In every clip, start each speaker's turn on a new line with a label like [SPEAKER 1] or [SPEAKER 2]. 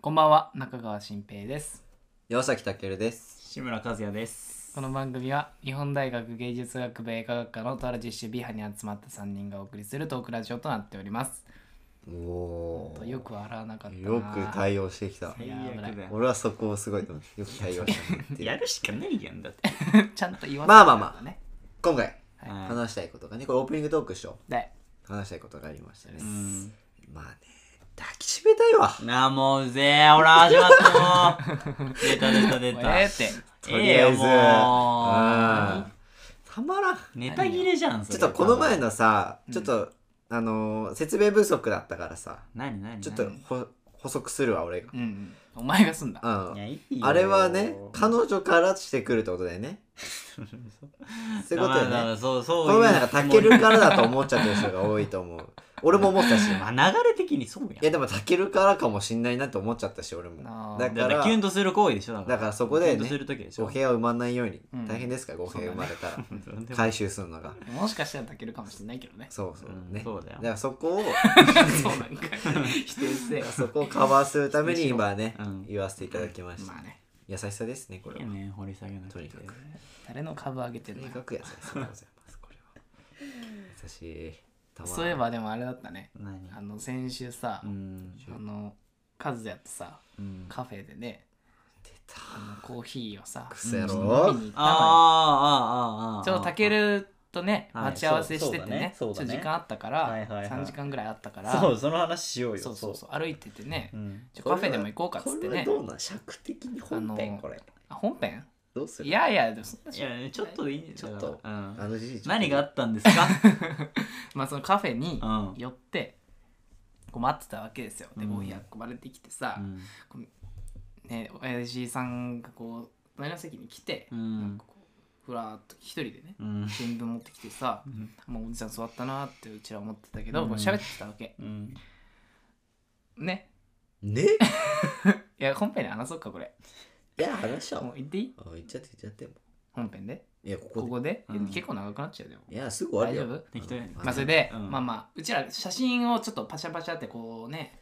[SPEAKER 1] こんばんは中川新平です
[SPEAKER 2] 岩崎健です。
[SPEAKER 3] 志村和也です
[SPEAKER 1] この番組は日本大学芸術学部映画学科のとある実習 B 派に集まった3人がお送りするトークラジオとなっております
[SPEAKER 2] おおー。
[SPEAKER 1] よく笑わなかったな
[SPEAKER 2] よく対応してきた。
[SPEAKER 1] いやー危な
[SPEAKER 2] 俺はそこをすごいと思う。よく対応したなってい
[SPEAKER 3] や
[SPEAKER 2] う。
[SPEAKER 3] るしかないやんだって
[SPEAKER 1] ちゃんと言わ
[SPEAKER 2] まあまあまあ
[SPEAKER 1] ね
[SPEAKER 2] 今回
[SPEAKER 3] はい
[SPEAKER 2] 話したいことがね、これオープニングトークでしょ。
[SPEAKER 1] で
[SPEAKER 2] 話したいことがありましたね
[SPEAKER 1] う。
[SPEAKER 3] うん
[SPEAKER 2] まあね、抱きしめたいわ。
[SPEAKER 3] なあもううぜえほら始まったもう出た出た 出
[SPEAKER 1] こ
[SPEAKER 3] た
[SPEAKER 1] れって
[SPEAKER 2] とりあえず。うん
[SPEAKER 3] ええよも
[SPEAKER 2] たまらん。
[SPEAKER 3] うネタ切れじゃんそ
[SPEAKER 2] ちょ
[SPEAKER 3] れ
[SPEAKER 2] っとこの前
[SPEAKER 3] の
[SPEAKER 2] のさ、ちょっと、あのー、説明不足だったからさ、
[SPEAKER 3] 何何
[SPEAKER 2] ちょっと
[SPEAKER 3] 何
[SPEAKER 2] ほ補足するわ、俺が
[SPEAKER 1] う。んうんお前がすんだ
[SPEAKER 2] うん
[SPEAKER 3] いやいいよ
[SPEAKER 2] あれはね、彼女からしてくるってことだよ ね。そういうことよ
[SPEAKER 3] まあまあま
[SPEAKER 2] ね。
[SPEAKER 3] あそうそう
[SPEAKER 2] この前なんか、
[SPEAKER 3] た
[SPEAKER 2] たけるからだと思っちゃってる人が多いと思う。俺も思ったし。
[SPEAKER 3] ま
[SPEAKER 2] い
[SPEAKER 3] あ流れ的にそうやん
[SPEAKER 2] や、でも、たけるからかもしんないなって思っちゃったし、俺も
[SPEAKER 1] あ。ー
[SPEAKER 2] だ
[SPEAKER 3] だ
[SPEAKER 2] か
[SPEAKER 3] から
[SPEAKER 2] ら
[SPEAKER 3] キ、ュンとする行為でしょだから
[SPEAKER 2] だからそこでね
[SPEAKER 3] キュンとする時でし
[SPEAKER 2] 語
[SPEAKER 3] ょ
[SPEAKER 2] 弊は生まないように
[SPEAKER 1] うん。
[SPEAKER 2] 大変ですから、語弊生まれたら。
[SPEAKER 3] そ
[SPEAKER 2] 回収するのが。
[SPEAKER 1] もしかしたら炊けるかもしれないけ どね
[SPEAKER 2] そうそうね。
[SPEAKER 3] そうだよ
[SPEAKER 2] からそこ
[SPEAKER 1] そ
[SPEAKER 2] を、
[SPEAKER 1] うなんか否定せよ
[SPEAKER 2] そこをカバーするために今ね
[SPEAKER 3] うん、
[SPEAKER 2] 言わせていただきました
[SPEAKER 1] まあ。ね
[SPEAKER 2] 優しさですね、これ
[SPEAKER 3] いい
[SPEAKER 2] は。
[SPEAKER 3] ね掘り下げなくて
[SPEAKER 2] とにかく
[SPEAKER 1] 誰の株上げて
[SPEAKER 2] と
[SPEAKER 1] る
[SPEAKER 2] に
[SPEAKER 1] の
[SPEAKER 2] かく優しさでございます、これは。優しい。たまらん
[SPEAKER 1] そういえばでもあれだったね
[SPEAKER 3] 何
[SPEAKER 1] あの先週さ、
[SPEAKER 3] うん
[SPEAKER 1] あのカズヤとさ
[SPEAKER 3] うん
[SPEAKER 1] カフェでね
[SPEAKER 2] 出
[SPEAKER 1] あのコーヒーをさ
[SPEAKER 2] た。くせ
[SPEAKER 1] 飲
[SPEAKER 2] ろ
[SPEAKER 1] み。に行ったのよ
[SPEAKER 3] あーあーあーあーあー
[SPEAKER 1] ちょうどタケルとね
[SPEAKER 3] はい
[SPEAKER 1] 待ち合わせしててね,、
[SPEAKER 3] そうそうだねそうだね
[SPEAKER 1] ちょっと時間あったから、
[SPEAKER 3] はいはいはい
[SPEAKER 1] 3時間ぐらいあったから
[SPEAKER 3] そうその話しようよ
[SPEAKER 1] そうそうそう歩いててね、
[SPEAKER 3] うん
[SPEAKER 1] ちょカフェでも行こうかっつってね
[SPEAKER 2] これはどうなん尺的に本
[SPEAKER 1] あの
[SPEAKER 2] 編これ。
[SPEAKER 1] あ本編
[SPEAKER 2] どうする
[SPEAKER 1] いやいやでもそんない
[SPEAKER 3] やちょっといい
[SPEAKER 2] ちょっと
[SPEAKER 3] うん
[SPEAKER 2] あのじいちゃん
[SPEAKER 3] 何があった んですか
[SPEAKER 1] まあそのカフェに
[SPEAKER 3] うん
[SPEAKER 1] 寄って、こう待ってたわけですよで
[SPEAKER 3] うん
[SPEAKER 1] コーヒー運ばれてきてさ、
[SPEAKER 3] うん
[SPEAKER 1] ね親父さんがこう隣の席に来て、
[SPEAKER 3] うん
[SPEAKER 1] なんかこうふらーっと一人でね
[SPEAKER 3] うん
[SPEAKER 1] 新聞持ってきてさ
[SPEAKER 3] ん
[SPEAKER 1] もうおじさん座ったなーってうちら思ってたけど、
[SPEAKER 3] うん
[SPEAKER 1] こう喋ってたわけ
[SPEAKER 3] うん
[SPEAKER 1] ね
[SPEAKER 2] ね
[SPEAKER 1] いや本編で話そうかこれ
[SPEAKER 2] いや、話しよう。
[SPEAKER 1] もう言っていい
[SPEAKER 2] あ言っちゃって言っちゃっても
[SPEAKER 1] 本編で
[SPEAKER 2] う。いや、ここ
[SPEAKER 1] こ
[SPEAKER 2] で。
[SPEAKER 1] こで、
[SPEAKER 3] うん
[SPEAKER 1] 結構長くなっちゃうよ
[SPEAKER 2] いや、すぐ終わるよ。
[SPEAKER 1] 大丈夫
[SPEAKER 2] うん
[SPEAKER 3] 適当や
[SPEAKER 2] まあ
[SPEAKER 1] まあそれで、
[SPEAKER 3] うん
[SPEAKER 1] まあまあうちら写真をちょっとパシャパシャってこうね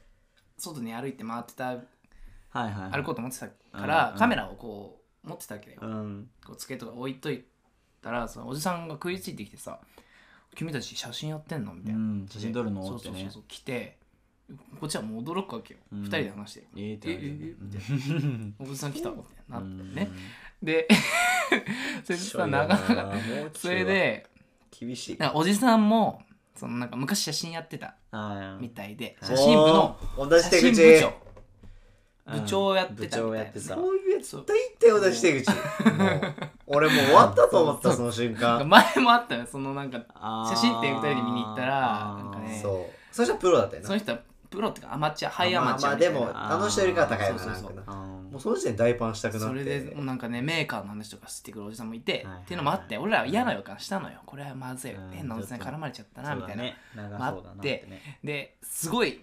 [SPEAKER 1] 外に歩いて回ってた
[SPEAKER 3] はいはい
[SPEAKER 1] 歩こうと思ってたから、
[SPEAKER 3] うん
[SPEAKER 1] カメラをこう持ってたわけだよ、
[SPEAKER 3] うん
[SPEAKER 1] こうつけとか置いといたらそのおじさんが食いついてきてさ「君たち写真やってんの?」みた
[SPEAKER 3] う
[SPEAKER 1] いな、
[SPEAKER 3] ん写真撮るの
[SPEAKER 1] そ
[SPEAKER 3] っ
[SPEAKER 1] う
[SPEAKER 3] て
[SPEAKER 1] そうそ
[SPEAKER 3] ね
[SPEAKER 1] うそう来てこっちはもう驚くわけよ、
[SPEAKER 3] うん
[SPEAKER 1] 二人で話して
[SPEAKER 3] えーって
[SPEAKER 1] え
[SPEAKER 3] なるよね
[SPEAKER 1] ええみたい
[SPEAKER 3] うん
[SPEAKER 1] おじさん来たみたいにな ってね
[SPEAKER 3] う、ん
[SPEAKER 1] で それでさなかなか
[SPEAKER 2] もう
[SPEAKER 1] それ、で
[SPEAKER 2] 厳しい。
[SPEAKER 1] なんかおじさんもそのなんか昔写真やってた
[SPEAKER 3] あ
[SPEAKER 1] み
[SPEAKER 3] ー
[SPEAKER 1] たいで
[SPEAKER 2] おー
[SPEAKER 1] 写真部の
[SPEAKER 2] 同じ
[SPEAKER 1] 写真
[SPEAKER 2] 手
[SPEAKER 1] 部
[SPEAKER 2] 口。
[SPEAKER 1] 長
[SPEAKER 3] うん
[SPEAKER 1] 部長をやってたみたいな
[SPEAKER 3] 部長をやってた
[SPEAKER 2] そういうやつ
[SPEAKER 1] そう
[SPEAKER 2] だいって同じ 手口。もう俺もう終わったと思った、その瞬
[SPEAKER 1] なんか
[SPEAKER 2] 間。
[SPEAKER 1] 前もあったよそのなんか
[SPEAKER 3] あー
[SPEAKER 1] 写真って二人で見に行ったら
[SPEAKER 3] あー
[SPEAKER 1] なんかね
[SPEAKER 2] そう。そしたらプロだったよな。
[SPEAKER 1] その人はプロっていうかアマチュアハイアマチュ
[SPEAKER 2] まあま
[SPEAKER 1] ア
[SPEAKER 2] あ
[SPEAKER 1] みた
[SPEAKER 2] で
[SPEAKER 1] いな、
[SPEAKER 2] も、
[SPEAKER 3] あー
[SPEAKER 2] あの人よりかは高いよな。
[SPEAKER 1] そう
[SPEAKER 2] な
[SPEAKER 1] そ
[SPEAKER 2] ん
[SPEAKER 1] うそう
[SPEAKER 2] かな
[SPEAKER 3] あー
[SPEAKER 2] もうその時点で大パンしたくなっ
[SPEAKER 1] それで
[SPEAKER 2] て。
[SPEAKER 1] もうなんかねメーカーの話とかしてくるおじさんもいて、
[SPEAKER 3] はいはい
[SPEAKER 1] っていうのもあって俺らは嫌な予感したのよこれはまずい、
[SPEAKER 3] うん
[SPEAKER 1] 変なおじさんに絡まれちゃったなみたいな、
[SPEAKER 3] そうだね長そうだなってね
[SPEAKER 1] ですごい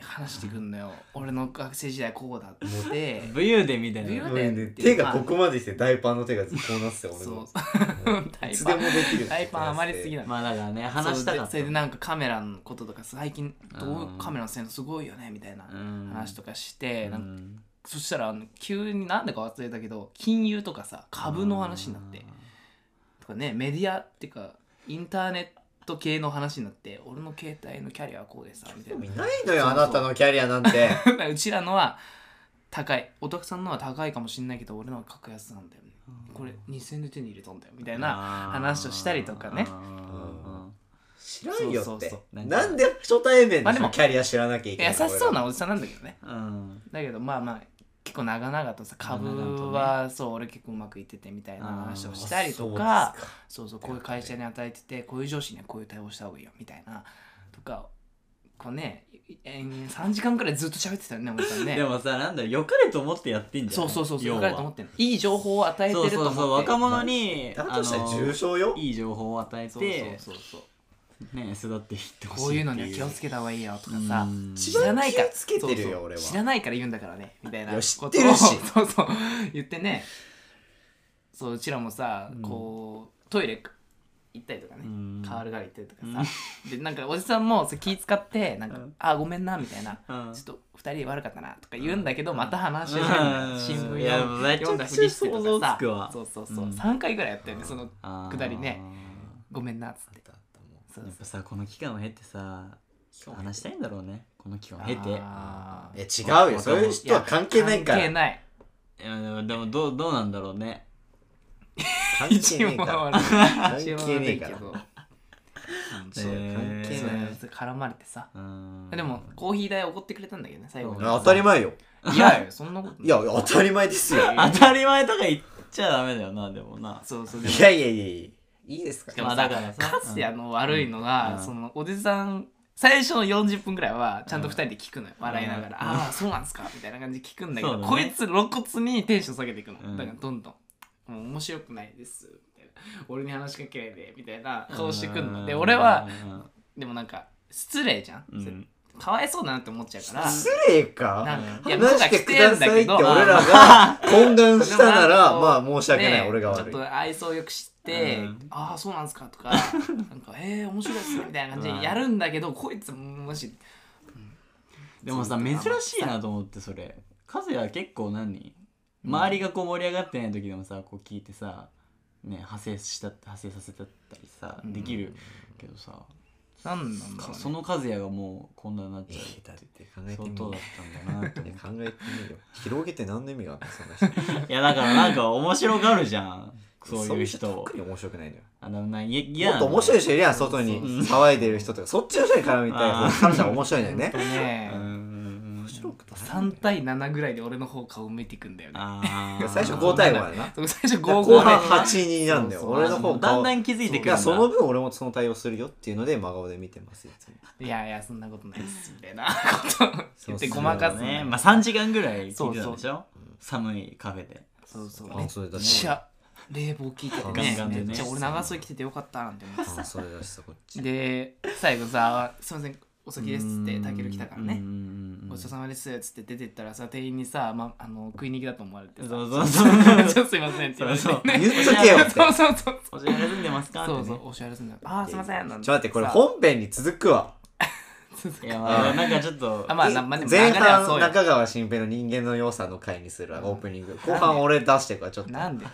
[SPEAKER 1] 話してくんのよ俺の学生時代こうだって
[SPEAKER 3] 武勇伝みたいな
[SPEAKER 1] 武勇伝
[SPEAKER 2] もうね手がここまで来て大パンの手がこうなってたよ俺
[SPEAKER 1] そ
[SPEAKER 2] も
[SPEAKER 1] う
[SPEAKER 2] い
[SPEAKER 1] 大
[SPEAKER 2] つで
[SPEAKER 1] パ
[SPEAKER 2] も
[SPEAKER 1] ン
[SPEAKER 2] できる
[SPEAKER 1] 大パン余りすぎ
[SPEAKER 2] な
[SPEAKER 1] なの
[SPEAKER 3] まあだからね話した
[SPEAKER 1] そうで
[SPEAKER 3] かった
[SPEAKER 1] それでなんかカメラのこととか最近どう
[SPEAKER 3] うん
[SPEAKER 1] カメラの性能すごいよねみたいな
[SPEAKER 3] うん
[SPEAKER 1] 話とかして、
[SPEAKER 3] う
[SPEAKER 1] なんか
[SPEAKER 3] ん
[SPEAKER 1] そしたらあの急になんでか忘れたけど金融とかさ株の話になってとかねメディアっていうかインターネット系の話になって俺の携帯のキャリアはこうでさみたい
[SPEAKER 2] 興
[SPEAKER 1] な
[SPEAKER 2] 味ないのよあなたのキャリアなんて
[SPEAKER 1] うちらのは高いお宅さんのは高いかもしんないけど俺のは格安なんだよねこれ2000円で手に入れたんだよみたいな話をしたりとかね
[SPEAKER 3] あ
[SPEAKER 2] 知らんよ
[SPEAKER 1] そう
[SPEAKER 2] っ
[SPEAKER 1] そう
[SPEAKER 2] て
[SPEAKER 1] そう
[SPEAKER 2] なんで初対面
[SPEAKER 1] まあで
[SPEAKER 2] でそ
[SPEAKER 1] も
[SPEAKER 2] のキャリア知らなきゃいけ
[SPEAKER 1] 優
[SPEAKER 2] ない
[SPEAKER 1] しそうなおじさんなんだけどね
[SPEAKER 3] ーうん
[SPEAKER 1] だけどまあまあ結構長々とさ株
[SPEAKER 3] 長々とね
[SPEAKER 1] はそう俺結構うまくいっててみたいな話をしたりと
[SPEAKER 2] あ
[SPEAKER 1] か
[SPEAKER 2] そうです
[SPEAKER 1] そうそうこういう会社に与えててこういう上司にはこういう対応した方がいいよみたいなとかこうね3時間くらいずっと喋ってたよねおじさんね
[SPEAKER 3] でもさなんだろう良かれと思ってやってんじゃ
[SPEAKER 1] そ
[SPEAKER 3] ん
[SPEAKER 1] うそうそうそう
[SPEAKER 3] 要
[SPEAKER 1] 良
[SPEAKER 3] は
[SPEAKER 1] かれと思ってんのいい情報を与えて
[SPEAKER 3] そう
[SPEAKER 1] ると
[SPEAKER 3] そ
[SPEAKER 1] 思
[SPEAKER 3] う
[SPEAKER 1] って
[SPEAKER 3] そう若者に
[SPEAKER 2] だ
[SPEAKER 3] あ
[SPEAKER 2] としたら重
[SPEAKER 3] の
[SPEAKER 2] 症よ
[SPEAKER 3] いい情報を与え
[SPEAKER 1] そう
[SPEAKER 3] て
[SPEAKER 1] そうそうそう
[SPEAKER 3] ね育っていってほしい
[SPEAKER 1] こういうのには気を
[SPEAKER 3] け
[SPEAKER 1] つけた方がいいよと
[SPEAKER 3] て
[SPEAKER 1] かさ
[SPEAKER 2] 一
[SPEAKER 1] 知ら
[SPEAKER 2] 番
[SPEAKER 1] ないから
[SPEAKER 2] 気をつけてるよ
[SPEAKER 1] そうそう
[SPEAKER 2] 俺は
[SPEAKER 1] 知らないから言うんだからねみたいない
[SPEAKER 2] や知
[SPEAKER 1] こ
[SPEAKER 2] っ
[SPEAKER 1] とを
[SPEAKER 2] てるし
[SPEAKER 1] そうそう言ってねそううちらもさ、
[SPEAKER 3] うん
[SPEAKER 1] こうトイレ行ったりとかね
[SPEAKER 3] うん
[SPEAKER 1] カールガー行ったりとかさ、でなんかおじさんもそう気使ってなんか「
[SPEAKER 3] うん
[SPEAKER 1] あごめんな」みたいな「
[SPEAKER 3] うん
[SPEAKER 1] ちょっと2人で悪かったな」とか言うんだけど、また話し始めるのよ新聞
[SPEAKER 3] いや
[SPEAKER 1] 読ん
[SPEAKER 3] めち
[SPEAKER 1] 読
[SPEAKER 3] ゃ
[SPEAKER 1] ん
[SPEAKER 3] く
[SPEAKER 1] だ
[SPEAKER 3] ち
[SPEAKER 1] ふ
[SPEAKER 3] ゃ
[SPEAKER 1] りして
[SPEAKER 3] 想
[SPEAKER 1] と
[SPEAKER 3] 像
[SPEAKER 1] か
[SPEAKER 3] つ
[SPEAKER 1] さ
[SPEAKER 3] くわ
[SPEAKER 1] そうそうそう、
[SPEAKER 3] うん
[SPEAKER 1] 3回ぐらいやったよねそのくだりね「
[SPEAKER 3] あ
[SPEAKER 1] ごめんな」っつっ
[SPEAKER 2] あ
[SPEAKER 1] て
[SPEAKER 2] ったあったも
[SPEAKER 1] そう
[SPEAKER 3] ーやっ
[SPEAKER 1] そ
[SPEAKER 3] ぱさこの期間を経てさ
[SPEAKER 1] う
[SPEAKER 3] 話したいんだろうねこの期間を経て
[SPEAKER 1] あ
[SPEAKER 2] う
[SPEAKER 1] ー
[SPEAKER 2] え
[SPEAKER 3] わ
[SPEAKER 2] 違うよ
[SPEAKER 3] わ
[SPEAKER 2] そういう人は関係ないか
[SPEAKER 1] 関係
[SPEAKER 2] ら
[SPEAKER 1] ない
[SPEAKER 3] いやでもでもどうどうなんだろうね
[SPEAKER 2] 関
[SPEAKER 1] 一
[SPEAKER 2] 係ね
[SPEAKER 1] 応
[SPEAKER 2] えから
[SPEAKER 1] 悪い
[SPEAKER 2] 関
[SPEAKER 1] 一応
[SPEAKER 2] 係
[SPEAKER 1] 悪
[SPEAKER 2] ねえ
[SPEAKER 1] い
[SPEAKER 2] か
[SPEAKER 1] け
[SPEAKER 2] ら
[SPEAKER 1] ど
[SPEAKER 2] そう関係
[SPEAKER 1] そう
[SPEAKER 2] ない
[SPEAKER 1] 絡まれてさ
[SPEAKER 3] うん
[SPEAKER 1] でもコーヒー代おごってくれたんだけどね最後に
[SPEAKER 3] うん
[SPEAKER 2] 当たり前よ
[SPEAKER 1] いやいやそんなことない
[SPEAKER 2] いや当たり前ですよ
[SPEAKER 3] 当たり前とか言っちゃダメだよなでもな
[SPEAKER 1] そうそうでも
[SPEAKER 2] いやいやいやいやいいですか
[SPEAKER 1] でも
[SPEAKER 3] まあ
[SPEAKER 1] さ
[SPEAKER 3] だからさ
[SPEAKER 1] かつてあの悪いの
[SPEAKER 3] う
[SPEAKER 1] が、
[SPEAKER 3] ん
[SPEAKER 1] そのおじさん最初の40分ぐらいはちゃんと2人で聞くのよ、
[SPEAKER 3] ん
[SPEAKER 1] 笑いながら「
[SPEAKER 3] うん
[SPEAKER 1] ああそうなんすか」みたいな感じで聞くんだけど
[SPEAKER 3] そうだね
[SPEAKER 1] こいつ露骨にテンション下げていくの、
[SPEAKER 3] うん
[SPEAKER 1] だからどんどん「もう面白くないです」みたいな「俺に話しかけないで」みたいな顔してくんので俺はでもなんか失礼じゃん、
[SPEAKER 3] うん
[SPEAKER 1] それかわいそうだなって思っちゃうから
[SPEAKER 2] 失礼か
[SPEAKER 1] なんかいや向こう
[SPEAKER 2] 話
[SPEAKER 1] が
[SPEAKER 2] して
[SPEAKER 1] 来
[SPEAKER 2] く
[SPEAKER 1] て
[SPEAKER 2] だ
[SPEAKER 1] んだ
[SPEAKER 2] さい
[SPEAKER 1] け
[SPEAKER 2] って
[SPEAKER 1] ど
[SPEAKER 2] 俺
[SPEAKER 1] まあ
[SPEAKER 2] らが懇願したな
[SPEAKER 1] でもなん
[SPEAKER 2] ら
[SPEAKER 1] か
[SPEAKER 2] ま
[SPEAKER 1] こう
[SPEAKER 2] あ申し訳ない
[SPEAKER 1] ね
[SPEAKER 2] 俺が悪い
[SPEAKER 1] ちょっと愛想よく知って、
[SPEAKER 3] うん
[SPEAKER 1] ああそうなんすかと かなんかえー、面白いっすねみたいな感じでやるんだけどこいつもし
[SPEAKER 3] でもさ珍しいなと思ってそれ和也は結構何周りがこう盛り上がってない時でもさこう聞いてさね派生した派生させたったりさできるけどさ
[SPEAKER 1] なんなんだろうね
[SPEAKER 3] その和也がもうこんなになっ
[SPEAKER 2] い
[SPEAKER 3] ち
[SPEAKER 2] や
[SPEAKER 3] ゃ
[SPEAKER 2] だって考
[SPEAKER 3] う
[SPEAKER 2] えて
[SPEAKER 3] 相
[SPEAKER 2] み
[SPEAKER 3] 当だったんだなって
[SPEAKER 2] い
[SPEAKER 3] 思
[SPEAKER 2] や
[SPEAKER 3] っ
[SPEAKER 2] 考えてみよ広げて何の意味があるのそんな人
[SPEAKER 3] ていやだからなんか面白がるじゃ んそういう人を
[SPEAKER 2] 特に面白くないのよ
[SPEAKER 3] あのないや嫌
[SPEAKER 2] もっ
[SPEAKER 3] な
[SPEAKER 2] と
[SPEAKER 3] の
[SPEAKER 2] 面白い人いりゃ外に騒いでる人とかそっちの人に絡みたい
[SPEAKER 3] あ
[SPEAKER 2] や
[SPEAKER 3] ー
[SPEAKER 2] つ彼女は面白いんだ
[SPEAKER 1] ほ
[SPEAKER 2] よ
[SPEAKER 1] ん
[SPEAKER 2] ね
[SPEAKER 1] とね
[SPEAKER 3] うんうんうん
[SPEAKER 2] 面白くて
[SPEAKER 1] 3対7ぐらいで俺の方顔向いてくんだよね
[SPEAKER 3] あー
[SPEAKER 2] 最初5対5やな
[SPEAKER 1] そう最初55で
[SPEAKER 2] 後半8人なんだよ
[SPEAKER 1] そうそう
[SPEAKER 2] 俺の方
[SPEAKER 3] だん
[SPEAKER 2] 顔
[SPEAKER 3] だん気づいてくるん
[SPEAKER 2] いやその分俺もその対応するよっていうので真顔で見てますい つも
[SPEAKER 1] いやいやそんなことないっすみたいなこと言ってごまかすの
[SPEAKER 3] ねまあ3時間ぐらい聞いてた
[SPEAKER 1] そ
[SPEAKER 3] んで
[SPEAKER 1] う
[SPEAKER 3] しょ寒いカフェで
[SPEAKER 1] そうそう
[SPEAKER 2] あ
[SPEAKER 1] めっ
[SPEAKER 2] それだね
[SPEAKER 1] ちゃ冷房効いてて
[SPEAKER 3] ガン
[SPEAKER 1] ね
[SPEAKER 3] ガンでね
[SPEAKER 1] めっちゃ俺長袖着ててよかったなんて思って
[SPEAKER 2] あそれだしさこっ ち
[SPEAKER 1] で最後さ「すいませんお先です」っ
[SPEAKER 3] う
[SPEAKER 1] て
[SPEAKER 3] ん
[SPEAKER 1] タケル来たからね
[SPEAKER 3] うんうんうん
[SPEAKER 1] 「ごちそうさまです」っつって出てったらさ店員にさ、ま、あの食い逃げだと思われてさ
[SPEAKER 3] そ
[SPEAKER 1] 「
[SPEAKER 3] うそうそ
[SPEAKER 1] ちょ
[SPEAKER 3] う
[SPEAKER 1] っとすいません」って言われて
[SPEAKER 3] そうそう
[SPEAKER 2] 言
[SPEAKER 1] ね
[SPEAKER 2] っとけよってち
[SPEAKER 1] そう
[SPEAKER 2] ょ
[SPEAKER 1] そうそう
[SPEAKER 3] お支払い済んでますかって
[SPEAKER 1] そ
[SPEAKER 3] ね
[SPEAKER 1] うそうお支払いするんだああすいませんなん
[SPEAKER 2] っと待ってこれ
[SPEAKER 1] さ
[SPEAKER 2] 本編に続くわ
[SPEAKER 1] そうそう
[SPEAKER 3] いやまあなんかちょっと
[SPEAKER 1] あまあなまあでも流れ
[SPEAKER 2] 前
[SPEAKER 1] はそうよ
[SPEAKER 2] 半中川新平の人間の良さの回に するわオープニング後半俺出してくわちょっと
[SPEAKER 1] なんで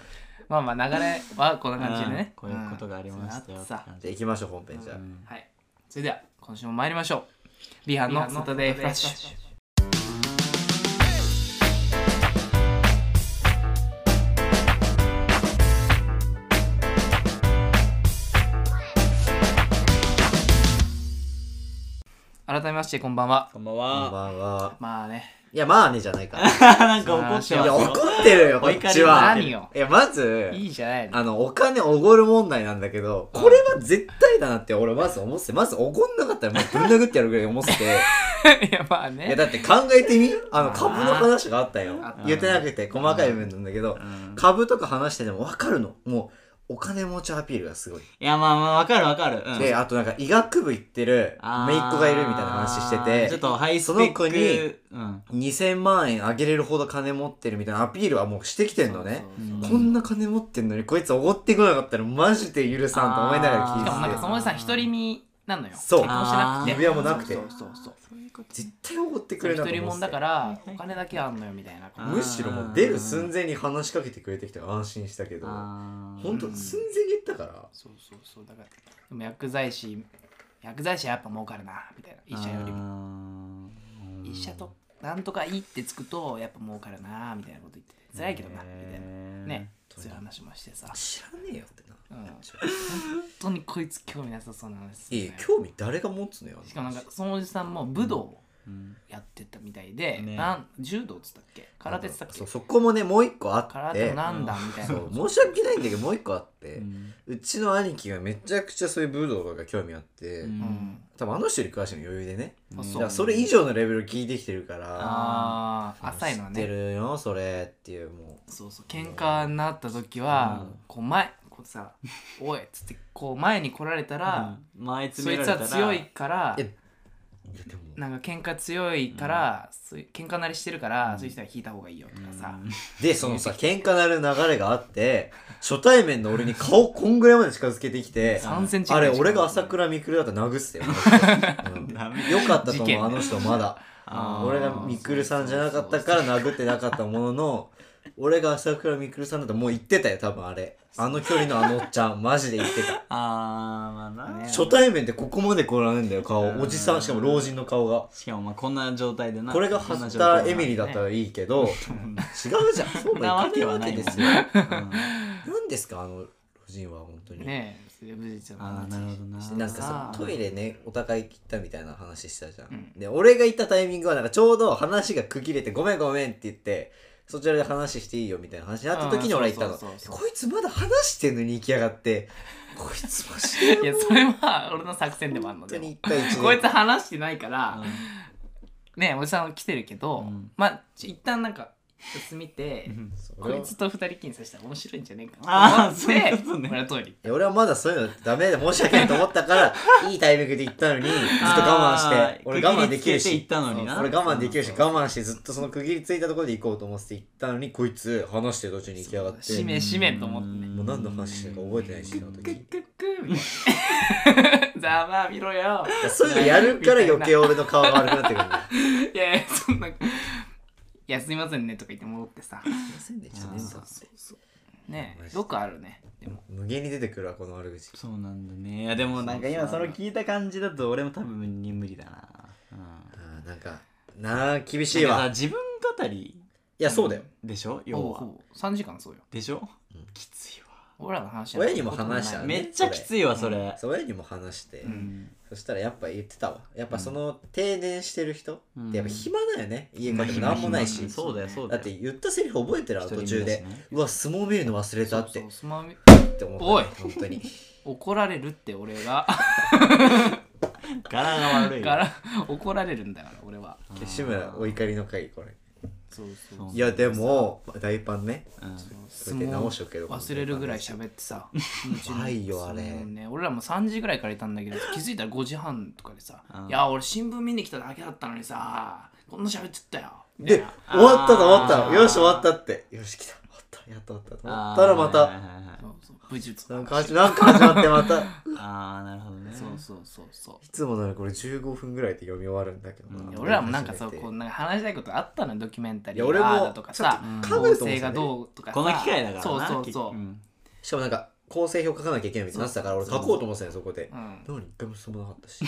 [SPEAKER 1] まあまあ流れはこんな感じでね
[SPEAKER 3] うんこういうことがありましたよ
[SPEAKER 1] うん
[SPEAKER 3] って感
[SPEAKER 1] さ
[SPEAKER 3] じ
[SPEAKER 2] じゃあ行きましょう本編じゃあ
[SPEAKER 1] はいそれでは今週も参りましょうリハのサタデーフラッシュ改めましてこんばんは
[SPEAKER 3] こんばん
[SPEAKER 2] こん
[SPEAKER 3] は
[SPEAKER 2] ばんは
[SPEAKER 1] まあね
[SPEAKER 2] いやまあねじゃないから
[SPEAKER 3] なんか怒っ
[SPEAKER 2] い
[SPEAKER 3] てます
[SPEAKER 2] や
[SPEAKER 3] よ
[SPEAKER 2] 怒ってるよこっちは
[SPEAKER 1] 何よ
[SPEAKER 2] いやまず
[SPEAKER 1] いいじゃないの
[SPEAKER 2] あのお金おごる問題なんだけどこれは絶対だなって俺まず思っててまずおごんなかったらもうぶん殴ってやるぐらい思ってて
[SPEAKER 1] いやまあね
[SPEAKER 2] いやだって考えてみあの
[SPEAKER 1] あー
[SPEAKER 2] 株の話があったよ
[SPEAKER 1] あ
[SPEAKER 2] 言ってなくて細かい部分なんだけど
[SPEAKER 3] うん
[SPEAKER 2] 株とか話してても分かるのもうお金持ちアピールがすごい
[SPEAKER 3] いやまあまあわかるわかるうん
[SPEAKER 2] であとなんか医学部行ってる
[SPEAKER 3] あー
[SPEAKER 2] 姪っ子がいるみたいな話してて
[SPEAKER 3] ちょっとハイスペック
[SPEAKER 2] その子に
[SPEAKER 3] うん
[SPEAKER 2] 2000万円あげれるほど金持ってるみたいなアピールはもうしてきてんのね
[SPEAKER 1] そうそうそう
[SPEAKER 2] こ
[SPEAKER 3] う
[SPEAKER 2] んな金持ってんのにこいつおごってこなかったらマジで許さんと思いながら
[SPEAKER 3] あ
[SPEAKER 1] し
[SPEAKER 3] ー
[SPEAKER 1] かもなん
[SPEAKER 2] 聞
[SPEAKER 1] か
[SPEAKER 2] いて
[SPEAKER 1] そ
[SPEAKER 2] て
[SPEAKER 1] のおじさん独り身なのよ
[SPEAKER 2] そう
[SPEAKER 1] 結婚してなくて
[SPEAKER 2] 指輪もなくて
[SPEAKER 1] そうそうそうそう
[SPEAKER 3] そういうこと
[SPEAKER 2] 絶対おごってくれな
[SPEAKER 1] 一
[SPEAKER 2] い
[SPEAKER 1] 人もんだから
[SPEAKER 3] い
[SPEAKER 1] お金だけあんのよみたいな
[SPEAKER 3] あー
[SPEAKER 2] むしろもう出る寸前に話しかけてくれてきたから安心したけど
[SPEAKER 3] あー
[SPEAKER 2] 本当寸前に言ったから
[SPEAKER 1] そうそうそうだからでも薬剤師薬剤師はやっぱ儲かるなみたいな医者よりも
[SPEAKER 3] も
[SPEAKER 1] 医者となんとかいいってつくとやっぱ儲かるなみたいなこと言ってて辛いけどなみたいなねそういう話もしてさ、
[SPEAKER 2] 知らねえよってな
[SPEAKER 1] うん、本当にこいつ興味なさそうな話する
[SPEAKER 2] い
[SPEAKER 1] の
[SPEAKER 2] や
[SPEAKER 1] よ
[SPEAKER 2] 興味誰が持つのよ
[SPEAKER 1] しかもなんかそのおじさんも武道を
[SPEAKER 3] うん
[SPEAKER 1] やってたみたいで、
[SPEAKER 3] ね
[SPEAKER 1] なん柔道っつったっけ空手っつったっけ
[SPEAKER 2] そうそこもねもう一個あ
[SPEAKER 1] 空
[SPEAKER 2] っ
[SPEAKER 1] 手
[SPEAKER 2] て
[SPEAKER 1] なんだみたいな
[SPEAKER 2] そう申し訳ないんだけどもう一個あって、
[SPEAKER 3] うん
[SPEAKER 2] うちの兄貴がめちゃくちゃそういう武道とか興味あって、
[SPEAKER 3] う
[SPEAKER 1] うんん
[SPEAKER 2] 多分あの人より詳しいの余裕でね
[SPEAKER 1] あ
[SPEAKER 2] だ
[SPEAKER 1] そ
[SPEAKER 2] か
[SPEAKER 1] う
[SPEAKER 2] らそれ以上のレベル聞いてきてるから
[SPEAKER 1] ああ浅いのは
[SPEAKER 2] 知って
[SPEAKER 1] ね
[SPEAKER 2] るよそれっていうも
[SPEAKER 1] そうそう喧嘩になった時は、
[SPEAKER 3] うん
[SPEAKER 1] こう前こうさ 「おい」っつってこう前に来られたら、
[SPEAKER 3] 前
[SPEAKER 1] そ
[SPEAKER 3] 詰
[SPEAKER 1] い
[SPEAKER 3] めら
[SPEAKER 1] つ
[SPEAKER 3] れた
[SPEAKER 1] は
[SPEAKER 3] ら
[SPEAKER 1] 強いから
[SPEAKER 2] えいやでも
[SPEAKER 1] なんか喧嘩強いから、そういう喧嘩慣れしてるから、そういう人は引いた方がいいよとかさ、
[SPEAKER 2] でそのさ喧嘩なる流れがあって初対面の俺に顔こんぐらいまで近づけてきて
[SPEAKER 1] 3センチ
[SPEAKER 2] あ
[SPEAKER 1] ぐら
[SPEAKER 2] れ
[SPEAKER 1] いしか
[SPEAKER 2] 俺が朝倉未来だったら殴 ってたよ、うん
[SPEAKER 3] ダメ
[SPEAKER 2] よかった
[SPEAKER 1] 事
[SPEAKER 2] と
[SPEAKER 1] 件
[SPEAKER 2] 思うあの人まだ
[SPEAKER 3] あー
[SPEAKER 2] 俺がみくるさんじゃなかったから殴ってなかったものの俺が朝倉みくるさんだったらもう言ってたよ多分あれあの距離のあのおっちゃんマジで言ってた
[SPEAKER 3] あーまあな、
[SPEAKER 2] 初対面でここまで来られんだよ顔
[SPEAKER 3] うん
[SPEAKER 2] おじさんしかも老人の顔が
[SPEAKER 3] しかもまあこんな状態でな
[SPEAKER 2] これが
[SPEAKER 3] こんな
[SPEAKER 2] ハ
[SPEAKER 3] 状
[SPEAKER 2] ッ
[SPEAKER 3] 態
[SPEAKER 2] タ
[SPEAKER 3] で
[SPEAKER 2] ーエミリーだったらいいけど違うじゃんそう
[SPEAKER 3] そんな
[SPEAKER 2] もい
[SPEAKER 3] わ
[SPEAKER 2] かない
[SPEAKER 3] け
[SPEAKER 2] わ
[SPEAKER 3] はな
[SPEAKER 2] け
[SPEAKER 3] いも
[SPEAKER 2] で
[SPEAKER 3] ん
[SPEAKER 2] す
[SPEAKER 3] ね
[SPEAKER 2] よ
[SPEAKER 3] うん
[SPEAKER 2] 何ですかあの老人は本当に、
[SPEAKER 1] ねえセレブ人の
[SPEAKER 3] あー
[SPEAKER 1] 話
[SPEAKER 3] なるほどな
[SPEAKER 1] して
[SPEAKER 2] なんかさ
[SPEAKER 1] あー
[SPEAKER 2] トイレねお互い行ったみたいな話したじゃん、
[SPEAKER 1] うん
[SPEAKER 2] で俺が行ったタイミングはなんかちょうど話が区切れて「ごめんごめん」って言ってそちらで話していいよみたいな話になった時に
[SPEAKER 1] あー
[SPEAKER 2] 俺は行ったの
[SPEAKER 1] そうそうそうそう
[SPEAKER 2] こいつまだ話してんのに行きやがってこいつマジで
[SPEAKER 1] いやそれは俺の作戦でもあるの
[SPEAKER 2] 本
[SPEAKER 1] で
[SPEAKER 2] 当
[SPEAKER 1] も
[SPEAKER 2] に1対1で
[SPEAKER 1] こいつ話してないから、
[SPEAKER 3] うん
[SPEAKER 1] ねおじさんは来てるけど、
[SPEAKER 3] うん
[SPEAKER 1] まあち一旦なんか様子見て、
[SPEAKER 2] そ
[SPEAKER 1] こ
[SPEAKER 2] れはい
[SPEAKER 1] つと二人きりにさせたら面白いんじゃねえか
[SPEAKER 3] あー
[SPEAKER 1] と思って
[SPEAKER 3] そういうことね
[SPEAKER 1] 俺はトイレ行っ
[SPEAKER 2] いや俺はまだそういうのダメで申し訳ないと思ったから いいタイミングで行ったのにずっと我慢して
[SPEAKER 3] あー
[SPEAKER 2] 俺我慢できる
[SPEAKER 3] 区切りつけていっ
[SPEAKER 2] した
[SPEAKER 3] のにな
[SPEAKER 2] 俺我慢できるし
[SPEAKER 3] うん
[SPEAKER 2] 我慢してずっとその区切りついたところで行こうと思って行ったのにこいつ話してる途中に行きやがったて
[SPEAKER 1] しめしめと思ってね
[SPEAKER 2] もう何の話してるか覚えてないし、その
[SPEAKER 1] ク
[SPEAKER 2] 時。い
[SPEAKER 1] ックックみたいな ざまあ見ろよ
[SPEAKER 2] やそういうのやる から余計俺の顔が悪くなってくるんだよ。
[SPEAKER 1] いやいやそんな「いやすいませんね」とか言って戻ってさ
[SPEAKER 2] そうそう
[SPEAKER 1] ね
[SPEAKER 2] マジ
[SPEAKER 1] えよくあるねでも
[SPEAKER 2] 無限に出てくるわ、この悪口。
[SPEAKER 3] そうなんだねいやでもなんか今その聞いた感じだと俺も多分に無理だな、うん、
[SPEAKER 2] あーなんか、なあ、厳しい
[SPEAKER 3] なん
[SPEAKER 2] わ。
[SPEAKER 3] かさ自分語り
[SPEAKER 2] いや、そうだよ。
[SPEAKER 3] でしょ
[SPEAKER 1] ほ
[SPEAKER 3] 要
[SPEAKER 1] ぼ
[SPEAKER 3] は
[SPEAKER 1] ほぼ3時間そうよ
[SPEAKER 3] でしょ、
[SPEAKER 2] うん
[SPEAKER 3] きついわ
[SPEAKER 1] 俺らの話
[SPEAKER 2] 親にも話した
[SPEAKER 1] ほ
[SPEAKER 2] ね
[SPEAKER 1] とんどない
[SPEAKER 3] めっちゃきついわそれ、
[SPEAKER 2] そう親にも話して、
[SPEAKER 3] うん
[SPEAKER 2] そしたらやっぱ言ってたわ。やっぱその停電してる人
[SPEAKER 3] うん
[SPEAKER 2] ってやっぱ暇だよね。家帰
[SPEAKER 3] まあ
[SPEAKER 2] っても何もないし。
[SPEAKER 3] 暇そうだよそうだ
[SPEAKER 2] だ
[SPEAKER 3] よ
[SPEAKER 2] って言ったセリフ覚えてるわ、途中で
[SPEAKER 3] 一人身だしね。
[SPEAKER 2] うわ、相撲見るの忘れたっ
[SPEAKER 1] そ
[SPEAKER 2] て
[SPEAKER 1] うそうすまみ
[SPEAKER 2] って思った。
[SPEAKER 1] おい
[SPEAKER 2] 本当に。
[SPEAKER 1] 怒られるって俺が
[SPEAKER 3] 柄が悪いよ
[SPEAKER 1] から怒られるんだから俺は
[SPEAKER 2] 志村、お怒りの回、これ。
[SPEAKER 1] そうそう
[SPEAKER 3] そう
[SPEAKER 2] いや、でも、大パンね。
[SPEAKER 3] うん
[SPEAKER 2] それで直しとくけど
[SPEAKER 1] 忘れるぐらい喋ってさ
[SPEAKER 2] やばいよあれ
[SPEAKER 1] そうね俺らも3時ぐらいからいたんだけど気づいたら5時半とかでさ
[SPEAKER 3] う
[SPEAKER 1] 「
[SPEAKER 3] ん
[SPEAKER 1] いや俺新聞見に来ただけだったのにさこんな喋っちゃったよ」みたい
[SPEAKER 2] で
[SPEAKER 1] な
[SPEAKER 2] 終わったと思った
[SPEAKER 3] あ
[SPEAKER 2] の
[SPEAKER 3] ー
[SPEAKER 2] よし終わったってよし来た終わったやっと終わったと思ったらま
[SPEAKER 3] あーはい
[SPEAKER 2] た
[SPEAKER 3] はいはい
[SPEAKER 1] そうそう武術
[SPEAKER 2] な んか始まなんか始まってまた
[SPEAKER 3] あーなるほどね
[SPEAKER 1] そうそうそうそ
[SPEAKER 2] いつもならこれ15分ぐらいで読み終わるんだけど
[SPEAKER 1] う
[SPEAKER 2] ない
[SPEAKER 1] や俺らもなんかさこうなんか話したいことあったのよドキュメンタリー
[SPEAKER 2] いや俺も
[SPEAKER 1] ああだとかさ
[SPEAKER 2] ちょっと考
[SPEAKER 1] 構
[SPEAKER 2] えてたもん
[SPEAKER 1] 成
[SPEAKER 2] ね
[SPEAKER 1] がどうとかさ
[SPEAKER 3] この機会だからな
[SPEAKER 1] そうそうそううん
[SPEAKER 2] しかもなんか構成表書かなきゃいけないみたいになってたから俺書こうと思ってたよそこで
[SPEAKER 1] うん
[SPEAKER 2] 何一回も進まなかったし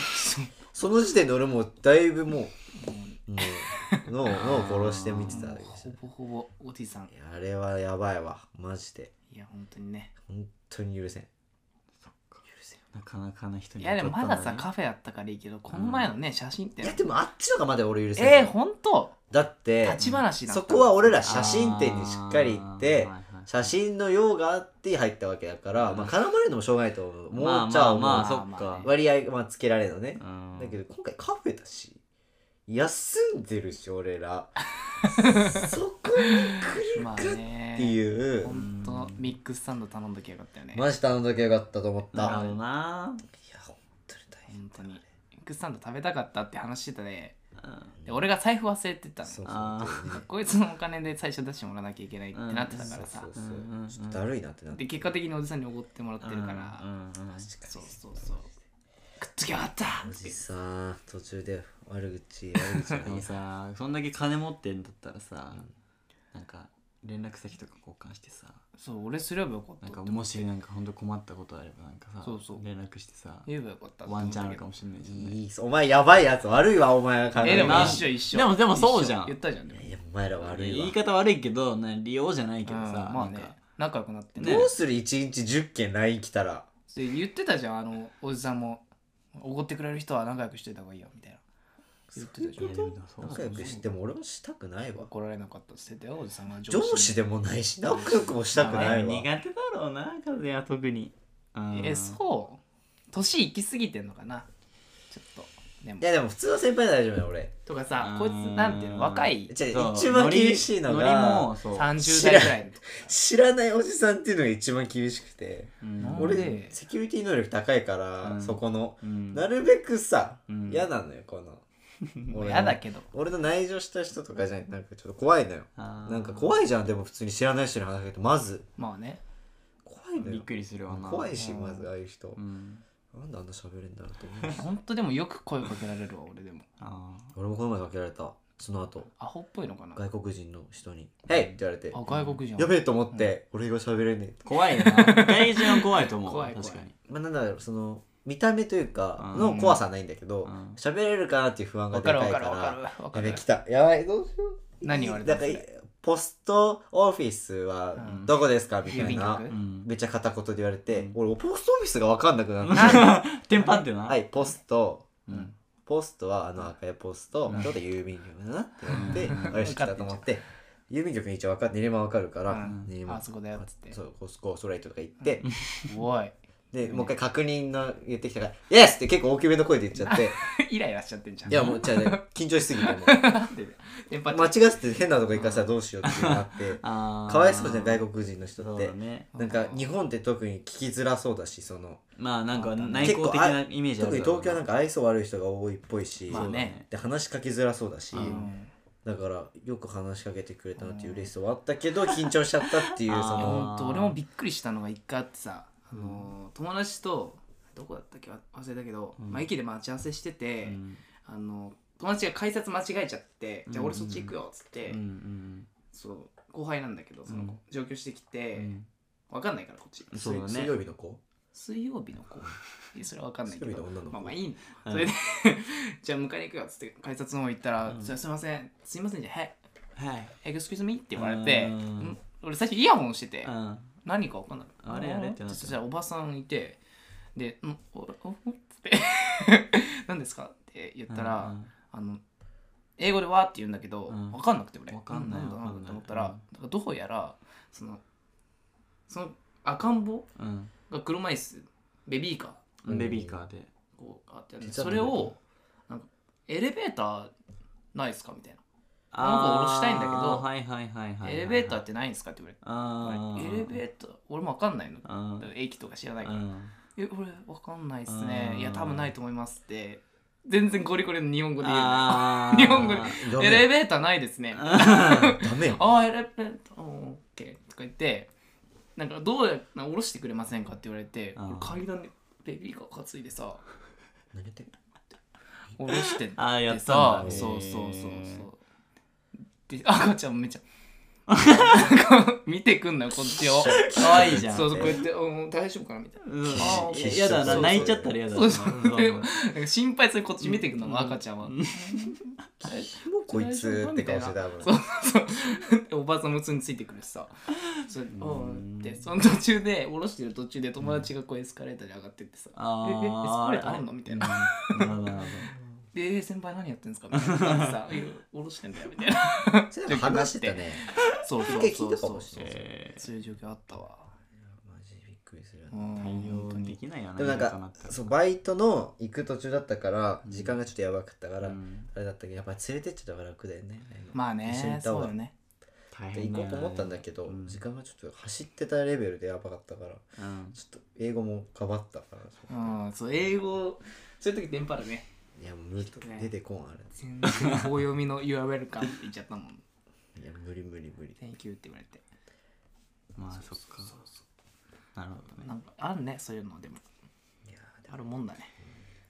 [SPEAKER 2] その時点で俺もうだいぶもうもう脳脳を殺して見てたわけでし
[SPEAKER 1] ほぼほぼおじさん
[SPEAKER 2] たあれはやばいわマジで
[SPEAKER 1] いや本当にね
[SPEAKER 2] 本当に許せん
[SPEAKER 3] なかなかな人
[SPEAKER 1] い
[SPEAKER 3] に
[SPEAKER 1] やでもまださ
[SPEAKER 3] 当たったんね
[SPEAKER 1] カフェやったからいいけどこの前のね写真って
[SPEAKER 2] いやでもあっちのがまだ俺許せん
[SPEAKER 1] えー、ほんと
[SPEAKER 2] だって
[SPEAKER 1] 立ち話だった
[SPEAKER 2] そこは俺ら写真展にしっかり行って
[SPEAKER 3] あーはいはい
[SPEAKER 2] 写真の用があって入ったわけだから、まあ、絡まれるのもしょうがないと思うもう
[SPEAKER 3] まあ
[SPEAKER 2] ちゃ
[SPEAKER 3] ま
[SPEAKER 2] あ
[SPEAKER 3] あ
[SPEAKER 2] もう
[SPEAKER 3] まあそ
[SPEAKER 1] ま
[SPEAKER 3] っ
[SPEAKER 1] あまあ
[SPEAKER 3] か
[SPEAKER 1] ね
[SPEAKER 2] 割合まあつけられるのね、
[SPEAKER 3] うん
[SPEAKER 2] だけど今回カフェだし休んでるし俺らそこに来る
[SPEAKER 1] ま
[SPEAKER 2] か
[SPEAKER 1] あね
[SPEAKER 2] っていう、
[SPEAKER 1] ほんとミックスサンド頼んどきゃよかったよね
[SPEAKER 2] マジ頼んどきゃよかったと思った
[SPEAKER 3] なるほどな
[SPEAKER 2] や本当に大
[SPEAKER 1] ほ
[SPEAKER 2] 変
[SPEAKER 1] んとにミックスサンド食べたかったって話してたね
[SPEAKER 3] うん
[SPEAKER 1] で俺が財布忘れてたの
[SPEAKER 2] そう
[SPEAKER 1] よ
[SPEAKER 3] あ
[SPEAKER 2] そうそう
[SPEAKER 1] こいつのお金で最初出してもらわなきゃいけないってなってたからさ
[SPEAKER 2] そうそうそう
[SPEAKER 3] うんうんうん
[SPEAKER 2] ちょっとだるいなってなって
[SPEAKER 1] で結果的におじさんにおごってもらってるから
[SPEAKER 3] うんうんうん
[SPEAKER 1] そうそうそう食っつきやがった
[SPEAKER 2] お
[SPEAKER 1] って
[SPEAKER 2] じさん途中で悪口悪口
[SPEAKER 3] でもさそんだけ金持ってんだったらさなんか連絡先とか交換してさ
[SPEAKER 1] そう俺すればよかった
[SPEAKER 3] なんか
[SPEAKER 1] って
[SPEAKER 3] もしなんか本当困ったことあればなんかさ
[SPEAKER 1] そうそう
[SPEAKER 3] 連絡してさ
[SPEAKER 1] 言えばよかったって
[SPEAKER 3] ワ
[SPEAKER 1] 思
[SPEAKER 3] ン
[SPEAKER 1] った
[SPEAKER 3] チャンあ
[SPEAKER 1] け
[SPEAKER 3] る
[SPEAKER 1] ど
[SPEAKER 3] かもしれないじゃん
[SPEAKER 2] いいっすお前やばいやつ悪いわお前が考
[SPEAKER 1] えでも
[SPEAKER 3] な
[SPEAKER 1] 一緒一緒
[SPEAKER 3] でもでもそうじゃん
[SPEAKER 1] 一緒言ったじゃんでも
[SPEAKER 2] いやお前ら悪いわ
[SPEAKER 3] 言い方悪いけどな利用じゃないけど
[SPEAKER 1] うん
[SPEAKER 3] さ
[SPEAKER 1] まあ
[SPEAKER 3] なん
[SPEAKER 1] ね
[SPEAKER 3] か
[SPEAKER 1] 仲良くなってね
[SPEAKER 2] どうする一日10件 LINE 来たら
[SPEAKER 1] で言ってたじゃんあのおじさんもおごってくれる人は仲良くしといた方がいいよみたいな言ってたじゃ
[SPEAKER 3] いや
[SPEAKER 1] ん
[SPEAKER 3] でもそう
[SPEAKER 2] 仲良くしても俺もしたくないわ
[SPEAKER 1] 怒られなかったって言ってたよおじさんが
[SPEAKER 2] 上司でもないし仲良くもしたくないわ
[SPEAKER 3] 苦手だろうな風は特にうん
[SPEAKER 1] えそう年いきすぎてんのかなちょっとでも
[SPEAKER 2] いやでも普通の先輩なら大丈夫だよ俺
[SPEAKER 1] とか
[SPEAKER 3] う
[SPEAKER 1] さ
[SPEAKER 3] ん
[SPEAKER 1] こいつなんていうの若い
[SPEAKER 2] じ
[SPEAKER 3] そ
[SPEAKER 2] ゃ
[SPEAKER 3] う
[SPEAKER 2] 一番厳しいの
[SPEAKER 3] ノリノリも
[SPEAKER 2] が
[SPEAKER 3] そう
[SPEAKER 1] 30代ぐらいの
[SPEAKER 2] 知らないおじさんっていうのが一番厳しくて
[SPEAKER 3] うん
[SPEAKER 2] 俺セキュリティ能力高いか
[SPEAKER 3] う
[SPEAKER 2] ら
[SPEAKER 3] ん
[SPEAKER 2] そこの
[SPEAKER 3] うん
[SPEAKER 2] なるべくさ
[SPEAKER 3] うん
[SPEAKER 2] 嫌なのよこの
[SPEAKER 1] もうやだけど
[SPEAKER 2] 俺の内情した人とかじゃないなんかちょっと怖いのよな
[SPEAKER 3] なん
[SPEAKER 2] か怖いじゃんでも普通に知らない人に話しかけてまず
[SPEAKER 1] まあね
[SPEAKER 2] 怖いの
[SPEAKER 3] びっ
[SPEAKER 2] よ
[SPEAKER 3] くりするわな
[SPEAKER 2] 怖いし
[SPEAKER 1] うん
[SPEAKER 2] まずああいう人
[SPEAKER 3] うん
[SPEAKER 2] なんであんな喋れんだろうと思う し
[SPEAKER 1] ほんとでもよく声かけられるわ俺でも
[SPEAKER 3] あー
[SPEAKER 2] 俺もこの前かけられたその後
[SPEAKER 1] アホっぽいのかなあ
[SPEAKER 2] 外国人の人に「ヘイ!」って言われて
[SPEAKER 1] 外国人
[SPEAKER 2] やべえと思って俺が喋れねえ
[SPEAKER 3] 怖いよな外人は怖いと思う
[SPEAKER 1] 怖い怖い
[SPEAKER 3] 確かに
[SPEAKER 2] まあなんだろうその見た目というか
[SPEAKER 3] うん
[SPEAKER 2] の怖さはないんだけど
[SPEAKER 3] うん
[SPEAKER 2] 喋れるかなっていう不安が
[SPEAKER 1] わ
[SPEAKER 2] でか
[SPEAKER 1] か
[SPEAKER 2] い
[SPEAKER 1] る
[SPEAKER 2] か
[SPEAKER 1] わからるわかるわか
[SPEAKER 2] やべ
[SPEAKER 1] る
[SPEAKER 2] 来たやばいどうしよう
[SPEAKER 1] 何言われた
[SPEAKER 2] なん
[SPEAKER 1] の
[SPEAKER 2] か
[SPEAKER 1] それ
[SPEAKER 2] ポストオフィスは
[SPEAKER 1] うん
[SPEAKER 2] どこですかみた
[SPEAKER 1] 郵
[SPEAKER 2] い
[SPEAKER 1] 便
[SPEAKER 2] な
[SPEAKER 1] 局
[SPEAKER 3] うん
[SPEAKER 2] めっちゃ片言で言われて、
[SPEAKER 3] うん
[SPEAKER 2] 俺ポストオフィスが分かんなくなって
[SPEAKER 3] テンパってな
[SPEAKER 2] はいポスト
[SPEAKER 3] うん
[SPEAKER 2] ポストはあの赤いポスト、
[SPEAKER 3] うん
[SPEAKER 2] ちょっと郵便局だなって
[SPEAKER 3] うん
[SPEAKER 2] なって、あれ知ったと思って郵便局に一応分かって練馬分かるから、
[SPEAKER 1] うん
[SPEAKER 2] 練馬
[SPEAKER 1] あそこだよっつって
[SPEAKER 2] そうコスコストライトとか行って、
[SPEAKER 1] おい
[SPEAKER 2] でもう一回確認の言ってきたから「イエス!」って結構大きめの声で言っち ゃって
[SPEAKER 1] イライラしちゃってんじゃん
[SPEAKER 2] いやもうじゃあね緊張しすぎて もう
[SPEAKER 1] なんで電波
[SPEAKER 2] 間違って変なとこ行かせたらどうしようってな って
[SPEAKER 3] あー
[SPEAKER 2] かわいそうじゃん外国人の人っ
[SPEAKER 3] そう
[SPEAKER 2] て
[SPEAKER 3] だね
[SPEAKER 2] なんか日本って特に聞きづらそうだしその
[SPEAKER 3] まあなんか内向的なイメージある
[SPEAKER 2] 特に東京はなん
[SPEAKER 3] か
[SPEAKER 2] か愛想悪い人が多いっぽいし、
[SPEAKER 1] まあね
[SPEAKER 2] で話しかけづらそうだし、
[SPEAKER 1] うん
[SPEAKER 2] だからよく話しかけてくれたなっていう嬉しさはあった けど緊張しちゃったっていう
[SPEAKER 3] あー
[SPEAKER 2] そ
[SPEAKER 1] いや
[SPEAKER 2] の
[SPEAKER 1] ほんと俺もびっくりしたのが一回あってさ、あのー友達とどこだったっけわ忘れたけど、
[SPEAKER 3] うん
[SPEAKER 1] まあ、駅で待ち合わせしてて、
[SPEAKER 3] うん
[SPEAKER 1] あの友達が改札間違えちゃって、じゃあ俺そっち行くよっつって、
[SPEAKER 3] うん
[SPEAKER 1] そう後輩なんだけどその子、
[SPEAKER 3] うん
[SPEAKER 1] 上京してき
[SPEAKER 3] う
[SPEAKER 1] て、
[SPEAKER 3] ん
[SPEAKER 1] わかんないからこっち
[SPEAKER 3] そうだね
[SPEAKER 2] 水水曜日の子
[SPEAKER 1] 水曜日の 子いやそれはわかんないけ
[SPEAKER 2] 水曜
[SPEAKER 1] ど
[SPEAKER 2] 日の女の子
[SPEAKER 1] まあまあいいの
[SPEAKER 3] うん
[SPEAKER 1] それで じゃあ迎えに行くよっつって改札の方行ったら「
[SPEAKER 3] うん
[SPEAKER 1] すいませんすいませんじゃあはい
[SPEAKER 3] はい
[SPEAKER 1] エクスキューズミー」って言われて、
[SPEAKER 3] うん
[SPEAKER 1] ん俺最初イヤホンしてて、
[SPEAKER 3] うん
[SPEAKER 1] 何か分かんない
[SPEAKER 3] あれあれってなって
[SPEAKER 1] そしたらおばさんいてで「んおおおっ?」て 何ですか?」って言ったら、
[SPEAKER 3] うん
[SPEAKER 1] あの英語で「わ」って言うんだけど、
[SPEAKER 3] うん
[SPEAKER 1] 分かんなくて俺
[SPEAKER 3] わかんない
[SPEAKER 1] なんだ
[SPEAKER 3] わかんない
[SPEAKER 1] んだと思ったら、なんかどうやらそのその赤ん坊
[SPEAKER 3] うん
[SPEAKER 1] が車椅子ベビーカー
[SPEAKER 3] うんベビーカーで
[SPEAKER 1] こうあって、
[SPEAKER 2] 実は
[SPEAKER 1] それをなんかエレベーターないですかみたいな、
[SPEAKER 3] あ
[SPEAKER 1] なんか下ろしたいんだけど
[SPEAKER 3] ーはいはいはいはい
[SPEAKER 1] エレベーターってないんですかって言われて、
[SPEAKER 3] あ
[SPEAKER 1] エレベーター俺も分かんないの、
[SPEAKER 3] ーあー
[SPEAKER 1] 駅とか知らないから、
[SPEAKER 3] うん
[SPEAKER 1] え俺わかんないっす
[SPEAKER 3] う
[SPEAKER 1] ね
[SPEAKER 3] ん
[SPEAKER 1] いや多分ないと思いますって全然ゴリゴリの日本語で言うの
[SPEAKER 3] あー
[SPEAKER 1] 日本語 で
[SPEAKER 2] ダ
[SPEAKER 1] エレ
[SPEAKER 2] メ
[SPEAKER 1] ベーターないですねあ
[SPEAKER 2] ダメよ
[SPEAKER 1] あエレベーターオッケーとか言ってなんかどうやら下ろしてくれませんかって言われて
[SPEAKER 3] あー
[SPEAKER 1] 俺階段でベビーカー担いで さ
[SPEAKER 2] 何やってんの
[SPEAKER 1] 下ろしてって
[SPEAKER 3] あーやった
[SPEAKER 1] さ
[SPEAKER 3] んだ
[SPEAKER 1] そうそうそうそう
[SPEAKER 3] へー
[SPEAKER 1] で赤ちゃんもめっちゃなんか 見てくんなよこっち を
[SPEAKER 3] 可愛いじゃん
[SPEAKER 1] そうそうこうやってうん大丈夫かなみたいな
[SPEAKER 3] うん
[SPEAKER 1] あ
[SPEAKER 2] ー
[SPEAKER 3] やだ
[SPEAKER 2] そうそう
[SPEAKER 3] な
[SPEAKER 2] そう
[SPEAKER 3] 泣いちゃったらやだな
[SPEAKER 1] そうそう
[SPEAKER 3] うんうん
[SPEAKER 1] なんか心配するこっち見てくの、赤ちゃんは。
[SPEAKER 2] こいつって顔してたもん
[SPEAKER 1] そうそうそう。おばあさんも普通についてくるしさ。それうんで、その途中で、降ろしてる途中で友達がこうエスカレーターで上がってってさ。え、えエス
[SPEAKER 3] あ
[SPEAKER 1] カ
[SPEAKER 3] ー
[SPEAKER 1] レーターあんのみたいな。
[SPEAKER 3] うんなるほどなるほど
[SPEAKER 1] で、え先輩何やってんですかみたいな。 さ、え降ろしてんだよみたいな。
[SPEAKER 2] それ話してたね
[SPEAKER 1] そうそう
[SPEAKER 2] 一回
[SPEAKER 1] そ
[SPEAKER 2] 聞
[SPEAKER 1] う
[SPEAKER 2] いたか
[SPEAKER 1] そ
[SPEAKER 2] も
[SPEAKER 1] う。
[SPEAKER 2] しれない
[SPEAKER 3] えー
[SPEAKER 1] そういう状況あったわ。
[SPEAKER 2] マジびっくりするよ
[SPEAKER 1] う
[SPEAKER 2] ね
[SPEAKER 1] ん、
[SPEAKER 3] 対応
[SPEAKER 1] 本当
[SPEAKER 3] で
[SPEAKER 1] に。
[SPEAKER 3] きないよな
[SPEAKER 2] でもなん
[SPEAKER 3] いざと
[SPEAKER 2] か
[SPEAKER 3] ったら
[SPEAKER 2] そうバイトの行く途中だったから時間がちょっとやばかったから、
[SPEAKER 3] うん
[SPEAKER 2] あれだったけどやっぱ連れてっちゃったから楽だよね
[SPEAKER 1] まあ
[SPEAKER 2] 一緒に
[SPEAKER 1] ね
[SPEAKER 2] い、た
[SPEAKER 1] そ
[SPEAKER 2] わ
[SPEAKER 1] うだよね。
[SPEAKER 3] 大
[SPEAKER 2] で
[SPEAKER 3] 変
[SPEAKER 2] 行こ
[SPEAKER 3] だよ
[SPEAKER 2] う
[SPEAKER 3] な
[SPEAKER 2] と思ったんだけど、
[SPEAKER 3] うん
[SPEAKER 2] 時間がちょっと走ってたレベルでやばかったから
[SPEAKER 3] うん
[SPEAKER 2] ちょっと英語もかばったからそう
[SPEAKER 1] うん、そう、英語、そういう時電波だね。
[SPEAKER 2] いやもう無理
[SPEAKER 1] ちょっとね
[SPEAKER 2] 出てこんあ
[SPEAKER 1] 全然棒読みの You are welcome って言っちゃったもん。
[SPEAKER 2] れいや無理無理無理
[SPEAKER 1] Thank you って言われて。
[SPEAKER 3] まあそっかなるほどね
[SPEAKER 1] なんかあるねそういうのでも
[SPEAKER 2] いやーでも
[SPEAKER 1] あるもんだね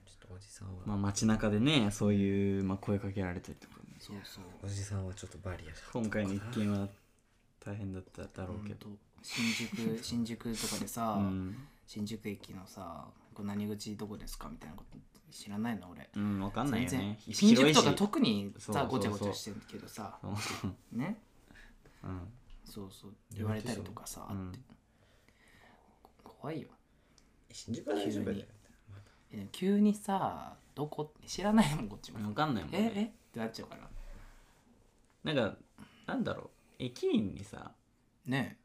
[SPEAKER 2] ちょっとおじさんは、
[SPEAKER 3] まあ街中でねそういうまあ声かけられたりとかね
[SPEAKER 1] そうそう
[SPEAKER 2] おじさんはちょっとバリア
[SPEAKER 3] 今回の一件は大変だっただろうけど
[SPEAKER 1] 新宿新宿とかでさ、
[SPEAKER 3] うん
[SPEAKER 1] 新宿駅のさこれ何口どこですかみたいなこと知らないの俺
[SPEAKER 3] うんわかんないよね
[SPEAKER 1] 新宿とか
[SPEAKER 3] 広
[SPEAKER 1] 特に
[SPEAKER 3] そうそう
[SPEAKER 1] さ
[SPEAKER 3] そう
[SPEAKER 1] ごちゃごちゃしてるけどさ
[SPEAKER 3] いしうん
[SPEAKER 1] ね
[SPEAKER 3] うん
[SPEAKER 1] そうそう言われたりとかさあ
[SPEAKER 3] う
[SPEAKER 1] っ
[SPEAKER 3] ん
[SPEAKER 1] て、怖いよ
[SPEAKER 2] 新宿は大丈夫だよ
[SPEAKER 1] えでも急にさどこ知らないもんこっちも、
[SPEAKER 3] わかんないもん
[SPEAKER 1] ええ
[SPEAKER 3] ね
[SPEAKER 1] ってなっちゃうから
[SPEAKER 3] なんかなんだろう駅員にさ
[SPEAKER 1] ね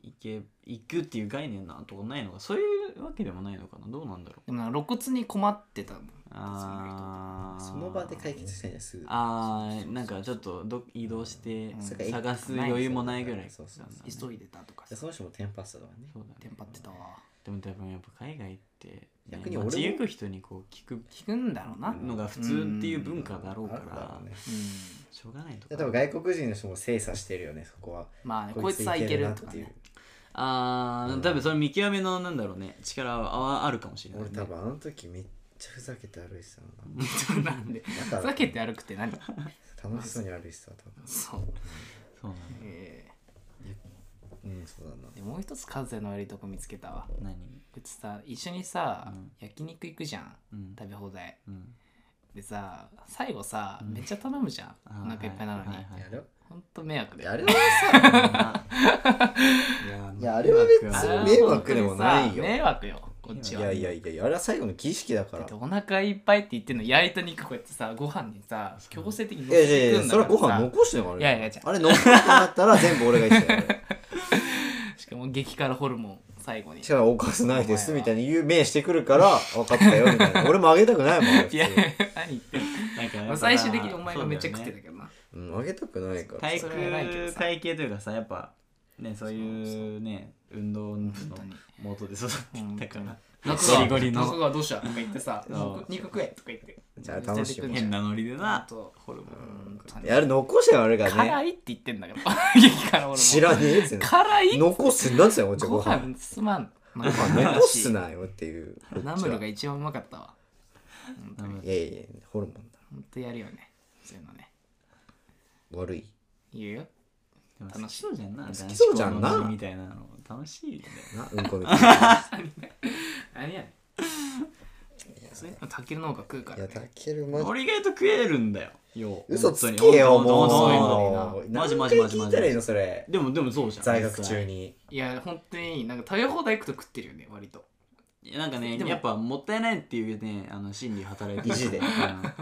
[SPEAKER 3] 行け行くっていう概念なんとかないのかそういうわけでもないのかなどうなんだろう
[SPEAKER 1] でもなんか露骨に困ってたもん
[SPEAKER 3] あー
[SPEAKER 2] その場で解決したいんですぐ
[SPEAKER 3] あーなんかちょっとど移動して
[SPEAKER 1] うん
[SPEAKER 3] 探す余裕もないぐらい
[SPEAKER 2] そうそうそう
[SPEAKER 3] なんだね
[SPEAKER 1] 急いでたとかさ
[SPEAKER 2] でその人もテンパストだからね
[SPEAKER 3] そうだね
[SPEAKER 1] テンパってたわ
[SPEAKER 3] でも多分やっぱ海外って、ね、
[SPEAKER 2] 逆に俺も
[SPEAKER 3] 街行く人にこう聞く
[SPEAKER 1] 聞くんだろうな、うん
[SPEAKER 3] のが普通っていう文化だろうか
[SPEAKER 2] あるだろ
[SPEAKER 3] ら
[SPEAKER 2] うね
[SPEAKER 3] しょうがないと
[SPEAKER 2] 例えば
[SPEAKER 3] か
[SPEAKER 2] 外国人の人も精査してるよねそこは
[SPEAKER 1] まあねこいつさいけるとかね
[SPEAKER 3] あー多分それ見極めのなんだろうね力はあるかもしれない、
[SPEAKER 2] 俺
[SPEAKER 3] ね、
[SPEAKER 2] 多分あの時めっちゃふざけて歩いてたの な
[SPEAKER 1] なんで
[SPEAKER 2] だ
[SPEAKER 1] ふ
[SPEAKER 2] から
[SPEAKER 1] ざけて歩くって何
[SPEAKER 2] 楽しそうに歩いてた多
[SPEAKER 1] そう、
[SPEAKER 3] そうなの
[SPEAKER 1] え
[SPEAKER 2] 分うんそうだな
[SPEAKER 1] ーでもう一つ風の悪いとこ見つけたわ
[SPEAKER 3] 何
[SPEAKER 1] うちさ一緒にさ、焼肉行くじゃん
[SPEAKER 3] うん
[SPEAKER 1] 食べ放題
[SPEAKER 3] うん
[SPEAKER 1] でさ最後さ、めっちゃ頼むじゃん
[SPEAKER 3] あー
[SPEAKER 1] お腹いっぱいなのに、
[SPEAKER 3] はいはいはい
[SPEAKER 2] やる
[SPEAKER 1] ほんと迷惑で
[SPEAKER 2] あれはさ
[SPEAKER 3] い
[SPEAKER 2] いやあれは別に
[SPEAKER 3] 迷惑は
[SPEAKER 2] 迷惑でもないよ
[SPEAKER 1] あれは本当にさ迷惑よこっ
[SPEAKER 2] い
[SPEAKER 1] ちは
[SPEAKER 2] やいやいやいやあれは最後の儀式だか
[SPEAKER 1] だ
[SPEAKER 2] ら
[SPEAKER 1] ってお腹いっぱいって言ってんの焼いた肉こうやってさご飯にさ強制的に
[SPEAKER 2] いやいや
[SPEAKER 1] 乗せ
[SPEAKER 2] いや
[SPEAKER 1] てくん
[SPEAKER 2] それは
[SPEAKER 1] だ
[SPEAKER 2] ご
[SPEAKER 1] から
[SPEAKER 2] 飯
[SPEAKER 1] さ
[SPEAKER 2] 残してるから
[SPEAKER 1] いやいやいや
[SPEAKER 2] あれ残ってなかったら全部俺が言ってたよ あれ
[SPEAKER 1] しかも激辛ホルモン最 後に
[SPEAKER 2] しかもおかずないですみたいに言う面してくるから分かったよ みたいな俺もあげたくないもん普
[SPEAKER 1] いや
[SPEAKER 2] 通
[SPEAKER 1] 何言ってんの
[SPEAKER 3] なんかやっ
[SPEAKER 1] ま
[SPEAKER 3] ぱ
[SPEAKER 1] あ
[SPEAKER 3] さ
[SPEAKER 1] 最終的にお前がめっちゃ食って
[SPEAKER 3] そうだ
[SPEAKER 1] た
[SPEAKER 3] よね
[SPEAKER 1] けどな、
[SPEAKER 2] うんあげたくないから
[SPEAKER 3] 体
[SPEAKER 1] それは偉いけど
[SPEAKER 3] 育
[SPEAKER 1] さ
[SPEAKER 3] 体系というかさやっぱねそういうね運動の元で育ってきたから
[SPEAKER 1] 中川
[SPEAKER 3] ゴリゴリの
[SPEAKER 1] 中川どうしたとか言ってさ
[SPEAKER 3] そう
[SPEAKER 1] 肉肉食えとか言って
[SPEAKER 2] じゃあ楽しいもん
[SPEAKER 1] めっちゃ出てくん
[SPEAKER 3] 変
[SPEAKER 1] じゃん
[SPEAKER 3] なノリでな
[SPEAKER 1] と
[SPEAKER 3] ホルモン
[SPEAKER 1] 本当
[SPEAKER 2] い
[SPEAKER 1] に
[SPEAKER 2] やあれ残してるあれが
[SPEAKER 1] 辛
[SPEAKER 2] ね
[SPEAKER 1] いって言ってんだ けど激辛ホルモン
[SPEAKER 2] 知らねえっつうの
[SPEAKER 1] 辛い
[SPEAKER 2] 残すなんつうのこっちは
[SPEAKER 1] ご
[SPEAKER 2] ご飯
[SPEAKER 1] 飯すまんご
[SPEAKER 2] 残すなよって いうこっちは
[SPEAKER 1] ナムルが一番うまかったわ
[SPEAKER 2] いやいやいやホルモンだ
[SPEAKER 1] ほんとやるよねそういうのね
[SPEAKER 2] 悪い
[SPEAKER 1] 言うよ
[SPEAKER 3] 楽しそうじゃんな好
[SPEAKER 2] きそうじゃんな
[SPEAKER 3] みたいなの楽しいよね
[SPEAKER 2] なうんこみた いな
[SPEAKER 1] 何やねんそういうのタケノが食うか
[SPEAKER 2] い
[SPEAKER 1] ら
[SPEAKER 2] や
[SPEAKER 1] ね
[SPEAKER 2] たける マジ
[SPEAKER 3] 俺意外と食えるんだよよう
[SPEAKER 2] 嘘つけよ
[SPEAKER 3] 本当に本当に本当
[SPEAKER 2] もう
[SPEAKER 3] にマジマ
[SPEAKER 2] 何回
[SPEAKER 3] ジマジマジ
[SPEAKER 2] 聞いたらいいのそれ
[SPEAKER 3] でもでもそうじゃん
[SPEAKER 2] 在学
[SPEAKER 3] 実際
[SPEAKER 2] 中に
[SPEAKER 1] いや本当になんか食べ放題行くと食ってるよね割と
[SPEAKER 3] いやなんかね
[SPEAKER 1] でも
[SPEAKER 3] やっぱもったいないっていうねあの心理働いてる
[SPEAKER 2] 意地で
[SPEAKER 3] うん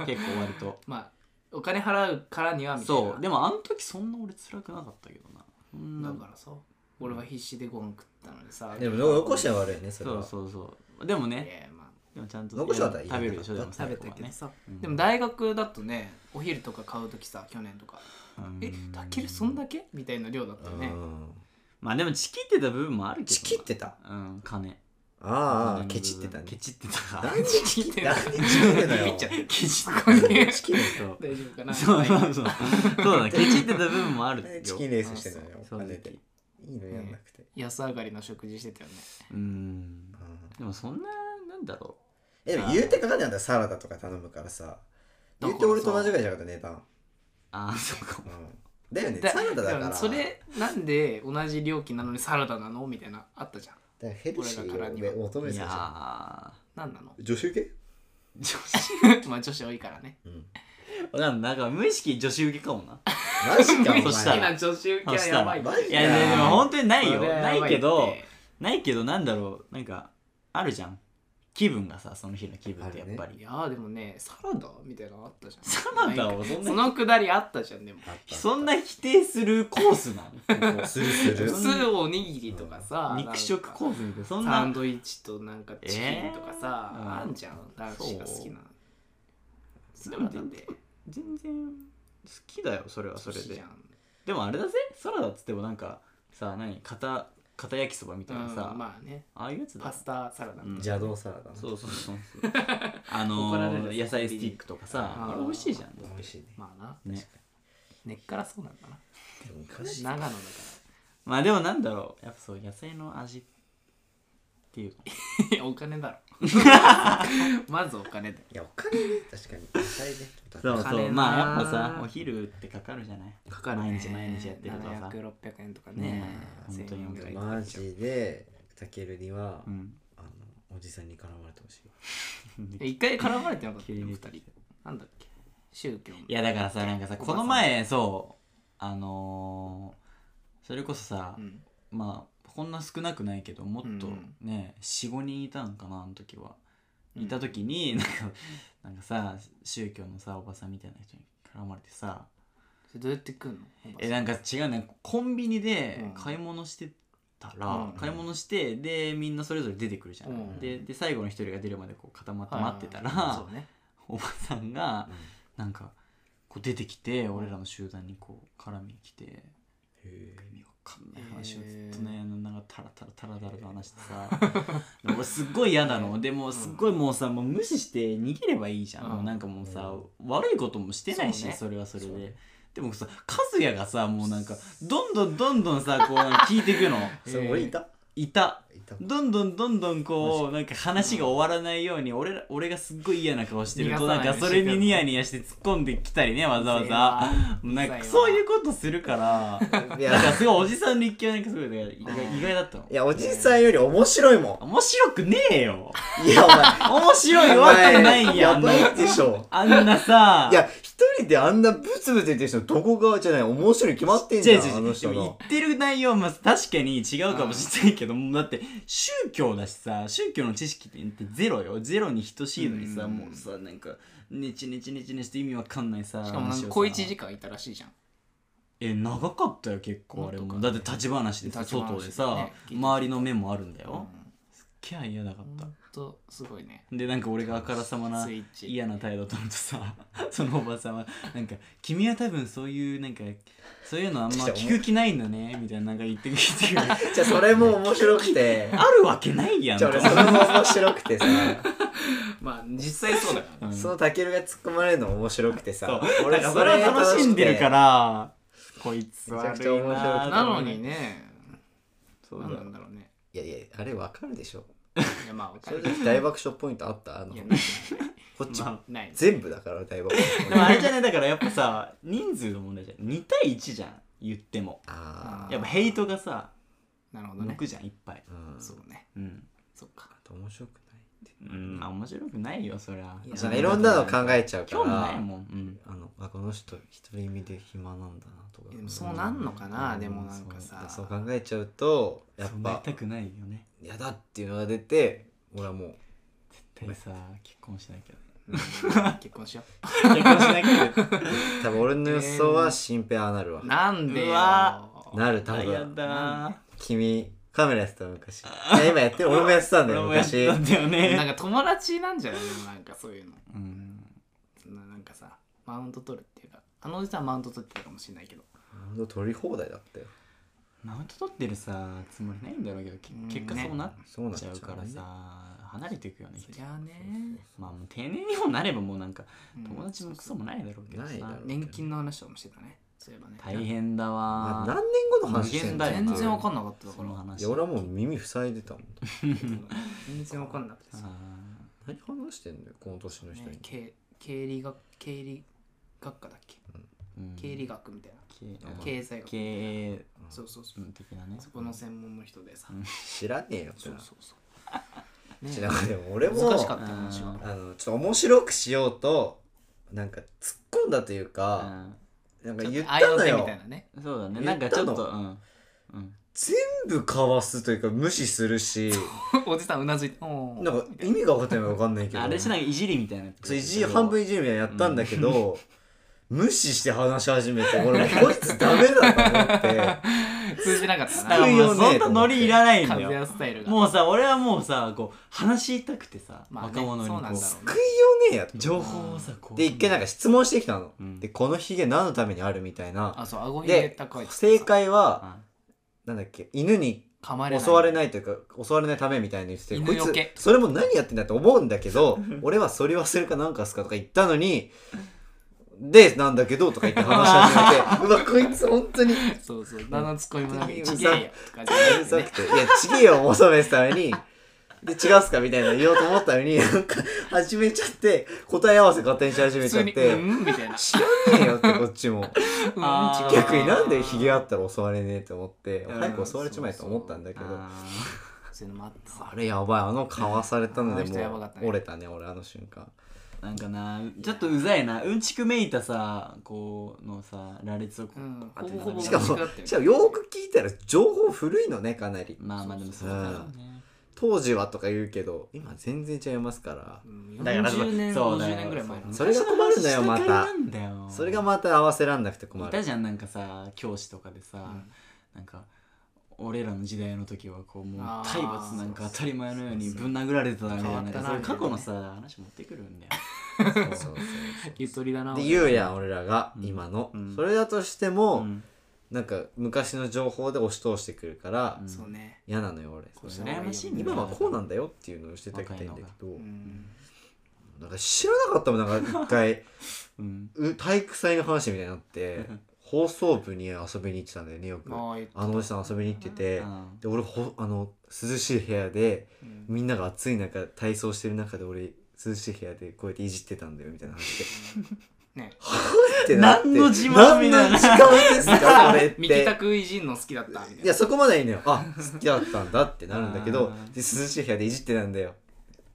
[SPEAKER 3] 結構割と
[SPEAKER 1] まあお金払うからにはみたいな
[SPEAKER 3] そうでもあの時そんな俺辛くなかったけどなそんな
[SPEAKER 1] だからさ俺は必死でご飯食ったのにさ
[SPEAKER 2] でも残しては悪いねそれ
[SPEAKER 3] そう
[SPEAKER 2] は
[SPEAKER 3] そうそうでも
[SPEAKER 1] いや
[SPEAKER 3] ね
[SPEAKER 1] まあ
[SPEAKER 3] でもちゃんと
[SPEAKER 2] 残しとかだったら
[SPEAKER 3] 食
[SPEAKER 2] いい
[SPEAKER 3] べ
[SPEAKER 2] よ
[SPEAKER 3] るでしょでも
[SPEAKER 1] 食
[SPEAKER 3] 最
[SPEAKER 1] べ
[SPEAKER 3] 後
[SPEAKER 1] た
[SPEAKER 3] は
[SPEAKER 1] けど
[SPEAKER 3] ね
[SPEAKER 1] さ、でも大学だとねお昼とか買う時さ去年とか「え
[SPEAKER 3] うん
[SPEAKER 1] たけるそんだけ?」みたいな量だったよね
[SPEAKER 2] うん
[SPEAKER 3] まあでもチキってた部分もあるけど
[SPEAKER 2] チキってた
[SPEAKER 3] たうん金
[SPEAKER 2] ああ
[SPEAKER 3] 金の部分
[SPEAKER 2] ケチってたね
[SPEAKER 3] ケチってたか
[SPEAKER 2] 何チキってた何チキってた
[SPEAKER 1] ビビ
[SPEAKER 2] よ
[SPEAKER 1] っちゃってる
[SPEAKER 3] ケチって
[SPEAKER 1] ここに
[SPEAKER 3] たチキだと
[SPEAKER 1] 大丈夫かな
[SPEAKER 3] そうそう
[SPEAKER 1] はい
[SPEAKER 3] そうそう だケチってた部分もある よ
[SPEAKER 2] チキンレースしてたのよ
[SPEAKER 3] 正
[SPEAKER 2] 跳ね
[SPEAKER 3] 直
[SPEAKER 2] ていいのやんなくて
[SPEAKER 1] 安上がりの食事してたよね
[SPEAKER 3] うん
[SPEAKER 2] うん
[SPEAKER 3] でもそんななんだろ
[SPEAKER 2] えでも言うてかかってんだったらサラダとか頼むからさ
[SPEAKER 1] だからさ
[SPEAKER 2] 言うて俺と同じぐらいじゃなくて値段
[SPEAKER 3] うああそうか
[SPEAKER 2] う
[SPEAKER 3] も
[SPEAKER 2] んだよねサラダだから
[SPEAKER 1] でもそれなんで同じ料金なのにサラダなのみたいなあったじゃん
[SPEAKER 2] だからヘルシ
[SPEAKER 1] 俺らからには
[SPEAKER 2] ーを求め
[SPEAKER 3] い
[SPEAKER 2] てた
[SPEAKER 3] や
[SPEAKER 2] じゃ
[SPEAKER 3] ー
[SPEAKER 1] 何なの
[SPEAKER 2] ん女子受け
[SPEAKER 3] 女子
[SPEAKER 1] まあ女子多いからね
[SPEAKER 2] うん
[SPEAKER 3] わかんないなんか無意識女子受けかもな
[SPEAKER 2] マジ かお前
[SPEAKER 3] そしたら
[SPEAKER 1] 好きな女子受けはやばい
[SPEAKER 2] そしたらマジ
[SPEAKER 3] い
[SPEAKER 2] で
[SPEAKER 3] やででも本当にないよ
[SPEAKER 1] それは
[SPEAKER 3] な
[SPEAKER 1] やばっ
[SPEAKER 3] い
[SPEAKER 1] て
[SPEAKER 3] けどないけどなんだろうなんかあるじゃん気分がさその日の気分ってやっぱ
[SPEAKER 2] あ
[SPEAKER 1] い
[SPEAKER 3] り、
[SPEAKER 1] やーでもねサラダみたいなのあったじゃん
[SPEAKER 3] サラダをそん
[SPEAKER 1] そ
[SPEAKER 3] な
[SPEAKER 1] のくだりあったじゃんでも
[SPEAKER 2] あった
[SPEAKER 3] そんな否定するコースなの
[SPEAKER 2] するする
[SPEAKER 1] 普通おにぎりとかさ
[SPEAKER 3] 肉食コースみたいなそん
[SPEAKER 1] サ
[SPEAKER 3] な
[SPEAKER 1] ンドイッチとなんかチキンとかさ、
[SPEAKER 3] えー
[SPEAKER 1] あんじゃん男子が好きな
[SPEAKER 3] そ
[SPEAKER 1] サ
[SPEAKER 3] う
[SPEAKER 1] ラダで
[SPEAKER 3] 全然好きだよそれはそれ
[SPEAKER 1] 好きじ
[SPEAKER 3] で
[SPEAKER 1] ゃん
[SPEAKER 3] でもあれだぜサラダっつってもなんかさ何片片焼きそばみたいなさ、
[SPEAKER 1] うんまあね
[SPEAKER 3] ああいうやつだ
[SPEAKER 1] パスタサラダみたい
[SPEAKER 2] 邪道サラダ
[SPEAKER 3] そうそうそうそう あ
[SPEAKER 1] 怒られ
[SPEAKER 3] の
[SPEAKER 1] る
[SPEAKER 3] ー、野菜スティックとかさ
[SPEAKER 1] あ
[SPEAKER 3] あ
[SPEAKER 1] ー
[SPEAKER 3] れ美味しいじゃんだ
[SPEAKER 2] 美味しいね
[SPEAKER 1] な、まあな
[SPEAKER 3] ってね
[SPEAKER 1] 根っからそうなんだな
[SPEAKER 2] 昔
[SPEAKER 1] 長野だか
[SPEAKER 3] まあでもなんだろうやっぱそう野菜の味っていうの
[SPEAKER 1] ら いやお金だろ まずお金だよ
[SPEAKER 2] いやお金ね確かに野菜ね
[SPEAKER 3] そう
[SPEAKER 1] かかる
[SPEAKER 3] そう
[SPEAKER 1] な
[SPEAKER 3] まあやっぱさお昼ってかかるじゃない
[SPEAKER 1] かかるね
[SPEAKER 3] 毎日毎日やってるとさ
[SPEAKER 1] 700600円とかね
[SPEAKER 3] ねえ
[SPEAKER 1] 1000円
[SPEAKER 3] 本
[SPEAKER 1] ぐ
[SPEAKER 3] 当
[SPEAKER 1] ら
[SPEAKER 3] に
[SPEAKER 1] い
[SPEAKER 2] マジでたけるには、
[SPEAKER 3] うん
[SPEAKER 2] あのおじさんに絡まれてほしい
[SPEAKER 1] え一回絡まれてなかった
[SPEAKER 3] 急に
[SPEAKER 1] 二人なんだっけ宗教の
[SPEAKER 3] いやだからさなんかさこの前そうあのー、それこそさ、
[SPEAKER 1] うん
[SPEAKER 3] まあこんな少なくないけどもっと
[SPEAKER 1] うん
[SPEAKER 3] ね、45人いたんかなあの時は
[SPEAKER 1] うん
[SPEAKER 3] いた時になんかなんかさ宗教のさおばさんみたいな人に絡まれてさ
[SPEAKER 1] それどうやって来んの
[SPEAKER 3] えなんか違うねコンビニで
[SPEAKER 1] うん
[SPEAKER 3] 買い物してたら、
[SPEAKER 1] うん
[SPEAKER 3] 買い物してでみんなそれぞれ出てくるじゃん、
[SPEAKER 1] うん
[SPEAKER 3] でで最後の一人が出るまでこう固まって
[SPEAKER 1] はいはい
[SPEAKER 3] 待ってたら、
[SPEAKER 1] そうね
[SPEAKER 3] おばさんがなんかこう出てきて俺らの集団にこう絡みに来て
[SPEAKER 2] えへ
[SPEAKER 3] わかんない話をずっとねなんかタラタラタラタラと話してさでも俺すっごい嫌なのでもすっごいもうさもう無視して逃げればいいじゃん、
[SPEAKER 1] うん
[SPEAKER 3] もうなんかもうさ、悪いこともしてないし
[SPEAKER 1] そ
[SPEAKER 3] そ,、
[SPEAKER 1] うね
[SPEAKER 3] れはそれで
[SPEAKER 1] そうね
[SPEAKER 3] でもさ和也がさもうなんかどんどんどんどんさこうなんか聞いてい くの
[SPEAKER 2] えそれ俺いた
[SPEAKER 3] いた
[SPEAKER 2] いた
[SPEAKER 3] どんどんどんどんこうなんか話が終わらないように俺ら俺がすっごい嫌な顔してると
[SPEAKER 1] 逃がさな
[SPEAKER 3] なん
[SPEAKER 1] いよ
[SPEAKER 3] か
[SPEAKER 1] うに
[SPEAKER 3] それにニヤニヤして突っ込んできたりねわざわざ
[SPEAKER 1] うる
[SPEAKER 3] な
[SPEAKER 1] せえなん
[SPEAKER 3] か
[SPEAKER 1] うるさいわ
[SPEAKER 3] そういうことす るから
[SPEAKER 2] い
[SPEAKER 3] なんか
[SPEAKER 2] や
[SPEAKER 3] すごいおじさんの一見なんかすごいね意外意外だったの
[SPEAKER 2] いやおじさんより面白いも
[SPEAKER 3] 面白くねえよ
[SPEAKER 2] んいやお前
[SPEAKER 3] 面白いわけないやんあ
[SPEAKER 2] や
[SPEAKER 3] んな
[SPEAKER 2] ばいでしょ
[SPEAKER 3] あんなさ
[SPEAKER 2] いや一人であんなブツブツ言ってる人どこがじゃない面白いに決まってん
[SPEAKER 3] 違う
[SPEAKER 2] じ
[SPEAKER 3] 違
[SPEAKER 2] ゃんあ
[SPEAKER 3] う違
[SPEAKER 2] の
[SPEAKER 3] うで
[SPEAKER 2] 人
[SPEAKER 3] も
[SPEAKER 2] の
[SPEAKER 3] 言ってる内容も確かに違うかもしれないけどもうだって宗教だしさ宗教の知識ってゼロよゼロに等しいのにさ
[SPEAKER 1] うん
[SPEAKER 3] もうさなんかねちねちねちねして意味わかんないさ
[SPEAKER 1] しかもなんか小一時間いたらしいじゃん
[SPEAKER 3] え長かったよ結構あれも
[SPEAKER 1] もっと
[SPEAKER 3] だ
[SPEAKER 1] か
[SPEAKER 3] って立ち話でさ
[SPEAKER 1] 立ち話
[SPEAKER 3] 外でさ
[SPEAKER 1] ね
[SPEAKER 3] 周りの目もあるんだ
[SPEAKER 1] うん
[SPEAKER 3] よきゃ嫌だかった
[SPEAKER 1] ほんとすごいね
[SPEAKER 3] でなんか俺があからさまな
[SPEAKER 1] スイッチ
[SPEAKER 3] 嫌な態度取るとさ そのおばさんはなんか「君は多分そういうなんかそういうのあんま聞く気ないんだね」みたいななんか言ってきてくる
[SPEAKER 2] じゃあそれも面白くて
[SPEAKER 3] あるわけないやん
[SPEAKER 2] じ
[SPEAKER 3] と
[SPEAKER 2] ゃあ俺それも面白くてさ
[SPEAKER 1] まあ実際そうだから
[SPEAKER 3] う
[SPEAKER 1] ね
[SPEAKER 3] ん
[SPEAKER 2] そのたけるが突っ込まれるの面白くてさ
[SPEAKER 3] そう
[SPEAKER 2] 俺
[SPEAKER 3] なんかそれを楽しんでるかららこいつ
[SPEAKER 2] め
[SPEAKER 3] 悪
[SPEAKER 2] ち
[SPEAKER 3] い
[SPEAKER 2] ゃ
[SPEAKER 3] な
[SPEAKER 2] くちゃ面白かっ た
[SPEAKER 1] なのにね
[SPEAKER 3] そうだ
[SPEAKER 1] 何
[SPEAKER 3] よ
[SPEAKER 1] なんだろうね
[SPEAKER 2] いやいやあれわかるでしょ
[SPEAKER 1] いやまあわか
[SPEAKER 2] 正
[SPEAKER 1] る
[SPEAKER 2] 直大爆笑ポイントあったあの
[SPEAKER 1] いやない
[SPEAKER 2] こっち
[SPEAKER 3] ま
[SPEAKER 1] ない
[SPEAKER 2] 全部だから大爆笑ポイ
[SPEAKER 3] で
[SPEAKER 2] ント
[SPEAKER 3] もあれじゃねだからやっぱさ人数の問題じゃん2対1じゃん言っても
[SPEAKER 2] あー
[SPEAKER 3] やっぱヘイトがさ
[SPEAKER 1] なるほどね
[SPEAKER 3] 6じゃんいっぱい
[SPEAKER 2] うん
[SPEAKER 1] そうね
[SPEAKER 3] うん、
[SPEAKER 1] そっか
[SPEAKER 2] あと面白くないって
[SPEAKER 3] うん、まあ面白くないよそりゃ
[SPEAKER 2] いやなんかいろんなの考えちゃうから
[SPEAKER 3] 興味ないもん、うん、
[SPEAKER 2] あのあこの人独り身で暇なんだなとか
[SPEAKER 1] でもそうなんのかなでもなんかさ
[SPEAKER 2] そう考えちゃうとやっ
[SPEAKER 3] そうなり
[SPEAKER 2] ぱ
[SPEAKER 3] たくないよね
[SPEAKER 2] 嫌だっていうのが出て俺はもう
[SPEAKER 3] 絶対さ結婚しなきゃ
[SPEAKER 1] 結婚しよ
[SPEAKER 3] 結婚しなきゃ
[SPEAKER 2] 多分俺の予想は新平ああなるわ
[SPEAKER 1] うなんで
[SPEAKER 3] う
[SPEAKER 1] よ
[SPEAKER 3] わ
[SPEAKER 2] なる多
[SPEAKER 3] や
[SPEAKER 2] 分
[SPEAKER 3] だ
[SPEAKER 2] 君カメラやってた昔いや今やってる俺もやってたんだ
[SPEAKER 3] 俺
[SPEAKER 2] よ
[SPEAKER 3] もやっ
[SPEAKER 2] 昔
[SPEAKER 3] たんだよ
[SPEAKER 1] なん
[SPEAKER 3] ね
[SPEAKER 1] か友達なんじゃないのなんかそういうの
[SPEAKER 3] うん
[SPEAKER 1] そんななんかさマウント取るっていうかあのおじさんはマウント取ってたかもしれないけど
[SPEAKER 2] ほんと取り放題だったよ
[SPEAKER 3] マウント取ってるさつもりないんだろうけどけ
[SPEAKER 1] うん
[SPEAKER 3] 結果
[SPEAKER 1] ね
[SPEAKER 3] そうなっ
[SPEAKER 2] そうなっ
[SPEAKER 3] ち
[SPEAKER 2] ちゃ
[SPEAKER 3] ゃ
[SPEAKER 2] う
[SPEAKER 3] うから
[SPEAKER 2] ね
[SPEAKER 3] さ離れていくよね
[SPEAKER 1] そりゃあね
[SPEAKER 3] まあもう定年にもなればもうなんか
[SPEAKER 1] うん
[SPEAKER 3] 友達もクソもないだろうけど
[SPEAKER 2] ないだ
[SPEAKER 3] さ
[SPEAKER 2] ろう
[SPEAKER 1] 年金の話とかもしてたねそういえばね
[SPEAKER 3] 大変だ
[SPEAKER 2] まあ何
[SPEAKER 3] わ
[SPEAKER 2] 年後の話してんの
[SPEAKER 3] 無限大だ
[SPEAKER 1] 全
[SPEAKER 3] な
[SPEAKER 1] 然わかんなかっただか
[SPEAKER 3] その
[SPEAKER 1] ら
[SPEAKER 2] い
[SPEAKER 3] 話
[SPEAKER 2] や俺はもう耳塞いでたもん
[SPEAKER 1] 全然わかんなくてさ
[SPEAKER 3] あ
[SPEAKER 2] 何話してんのよこの年の人
[SPEAKER 1] ね
[SPEAKER 2] に
[SPEAKER 1] 経経理学経理学科だっけ
[SPEAKER 3] ーうん
[SPEAKER 1] 経理学みたいな
[SPEAKER 3] 経
[SPEAKER 1] 経済学
[SPEAKER 3] 経営
[SPEAKER 1] そうそうそう
[SPEAKER 3] うん的なね
[SPEAKER 1] そこの専門の人でさ
[SPEAKER 2] 知らねえよ
[SPEAKER 1] そう
[SPEAKER 2] な
[SPEAKER 1] そうそう
[SPEAKER 2] ちなみにでも俺も
[SPEAKER 1] 難しかった話は
[SPEAKER 2] あのちょっと面白くしようとなんか突っ込んだという
[SPEAKER 3] う
[SPEAKER 2] か、
[SPEAKER 3] ん
[SPEAKER 2] なんか言っ
[SPEAKER 1] あ
[SPEAKER 2] たの
[SPEAKER 1] み
[SPEAKER 2] よ
[SPEAKER 1] たいなね
[SPEAKER 3] そうだねな
[SPEAKER 2] 言
[SPEAKER 3] ん
[SPEAKER 2] っ
[SPEAKER 3] か
[SPEAKER 2] たの
[SPEAKER 3] ちょっとうんうん
[SPEAKER 2] 全部かわすというか無視するし
[SPEAKER 1] おじさんうなずいておー
[SPEAKER 2] なんか意味が分かってないのか分かんないけど
[SPEAKER 3] あれしなんかいじりみたいな
[SPEAKER 2] そう一時半分いじりみたいなのやったんだけど、無視して話し始めて俺もうこいつダメだと思って
[SPEAKER 1] 通じなかった
[SPEAKER 3] だか
[SPEAKER 1] な
[SPEAKER 3] らもうそん
[SPEAKER 2] 救いようねと思
[SPEAKER 3] な
[SPEAKER 2] っ
[SPEAKER 3] ノ
[SPEAKER 2] て
[SPEAKER 3] リいらないん
[SPEAKER 1] カ
[SPEAKER 3] だ
[SPEAKER 1] ズ
[SPEAKER 3] よ
[SPEAKER 1] ヤスタイルが
[SPEAKER 3] もうさ俺はもうさこう話したくてさ、
[SPEAKER 1] まあね
[SPEAKER 3] 若者にこ
[SPEAKER 1] そうなん
[SPEAKER 3] う
[SPEAKER 1] だろう
[SPEAKER 2] 食いようねえやと
[SPEAKER 3] 情報をさこう
[SPEAKER 2] で一回なんか質問してきたの、
[SPEAKER 3] うん
[SPEAKER 2] でこのヒゲ何のためにあるみたいな
[SPEAKER 1] あそう顎ひげ
[SPEAKER 2] で
[SPEAKER 1] 高いってさ
[SPEAKER 2] 正解は
[SPEAKER 3] あ
[SPEAKER 2] なんだっけ犬に
[SPEAKER 1] 噛まれない
[SPEAKER 2] 襲われないというか襲われないためみたいに言ってて
[SPEAKER 1] 犬
[SPEAKER 2] こい
[SPEAKER 1] よ
[SPEAKER 2] つ
[SPEAKER 1] け
[SPEAKER 2] それも何やってんだって思うんだけど俺はそれ忘れるかなんかすかとか言ったのにでなんだけどとか言って話し 始めてうわこいつ本当に
[SPEAKER 1] そうそうだんだんツッコミもなんか
[SPEAKER 2] う
[SPEAKER 1] ち
[SPEAKER 2] ん
[SPEAKER 1] げえよとかじゃなく
[SPEAKER 2] う
[SPEAKER 1] て
[SPEAKER 2] ざ
[SPEAKER 1] ね
[SPEAKER 2] くて「いやちげえよ」求めてたのにで違うっすかみたいなの言おうと思ったのになんか始めちゃって答え合わせ勝手にし始め
[SPEAKER 1] 普
[SPEAKER 2] ちゃ
[SPEAKER 1] 通
[SPEAKER 2] っ
[SPEAKER 1] に
[SPEAKER 2] て
[SPEAKER 1] う。んみたいな
[SPEAKER 2] 知らねえよってこっ ち
[SPEAKER 1] う
[SPEAKER 2] も
[SPEAKER 1] ん違う
[SPEAKER 2] 逆になんでヒゲあったら襲われねえと思って
[SPEAKER 3] うん
[SPEAKER 2] 早く襲われちまえと思ったんだけど
[SPEAKER 3] あ
[SPEAKER 1] そういうのもあってさ
[SPEAKER 2] あれやばいあのかわされたので
[SPEAKER 1] あの人やば
[SPEAKER 2] も
[SPEAKER 1] か
[SPEAKER 2] う
[SPEAKER 1] ったね
[SPEAKER 2] 折れたね俺あの瞬間
[SPEAKER 3] ーなんかなちょっとうざいなうんちくめいたさこうのさ羅列をこ
[SPEAKER 1] う
[SPEAKER 3] う、
[SPEAKER 1] んほぼほぼ
[SPEAKER 2] しかも
[SPEAKER 1] 同じだったよ
[SPEAKER 2] しかもよく聞いたら情報古いのねかなり
[SPEAKER 3] まあまあでもそうだろうね、
[SPEAKER 2] 当時はとか言うけど今全然違いますから
[SPEAKER 1] うん
[SPEAKER 3] だから
[SPEAKER 1] 40年
[SPEAKER 3] そうだよ
[SPEAKER 1] 50年ぐらい前の
[SPEAKER 2] それが困るんだよまた
[SPEAKER 3] 昔の話したからなんだよ
[SPEAKER 2] それがまた合わせらんなくて困
[SPEAKER 3] い
[SPEAKER 2] る
[SPEAKER 3] たじゃんなんかさ教師とかでさ、
[SPEAKER 1] ん
[SPEAKER 3] なんか俺らの時代の時はこうもう
[SPEAKER 1] あー
[SPEAKER 3] 体罰なんか当たり前のようにぶん殴られてたみたいな
[SPEAKER 1] 変わったな
[SPEAKER 3] それ
[SPEAKER 1] みたい
[SPEAKER 3] 過
[SPEAKER 1] な
[SPEAKER 3] 去のさ話持ってくるんだよ
[SPEAKER 2] そうそうそう
[SPEAKER 1] ゆとりだな
[SPEAKER 2] で
[SPEAKER 1] 俺
[SPEAKER 2] 言うやん俺らが今の、
[SPEAKER 3] うん
[SPEAKER 2] それだとして
[SPEAKER 3] う
[SPEAKER 2] も、
[SPEAKER 3] ん
[SPEAKER 2] なんか昔の情報で押し通してくるから
[SPEAKER 3] うん
[SPEAKER 1] そうね
[SPEAKER 2] 嫌なのよ俺
[SPEAKER 1] こうし
[SPEAKER 2] そ
[SPEAKER 1] た
[SPEAKER 2] れ
[SPEAKER 1] 方が
[SPEAKER 3] 羨ましいね
[SPEAKER 2] 今はこうなんだよっていうのをしててあげたいんだけど
[SPEAKER 1] うん
[SPEAKER 2] なんか知らなかったもんなんか一回
[SPEAKER 3] うん
[SPEAKER 2] う体育祭の話みたいになって放送部に遊びに行ってたんだよねよく
[SPEAKER 1] ああ言ってた
[SPEAKER 2] あのおじさん遊びに行ってて
[SPEAKER 3] あー
[SPEAKER 2] で俺ほあの涼しい部屋で
[SPEAKER 1] うん
[SPEAKER 2] みんなが暑い中体操してる中で俺涼しい部屋でこうやっていじってたんだよみたいな話で
[SPEAKER 1] ね
[SPEAKER 2] ってなって
[SPEAKER 3] 何の自慢みた
[SPEAKER 2] 何
[SPEAKER 3] いな
[SPEAKER 2] の時間です かそれっ
[SPEAKER 1] 見て
[SPEAKER 2] て
[SPEAKER 1] たくいじんの好きだったみたいない
[SPEAKER 2] やそこまではいいのよあ好きだったんだってなるんだけど
[SPEAKER 3] あー
[SPEAKER 2] で涼しい部屋でいじってたんだよっ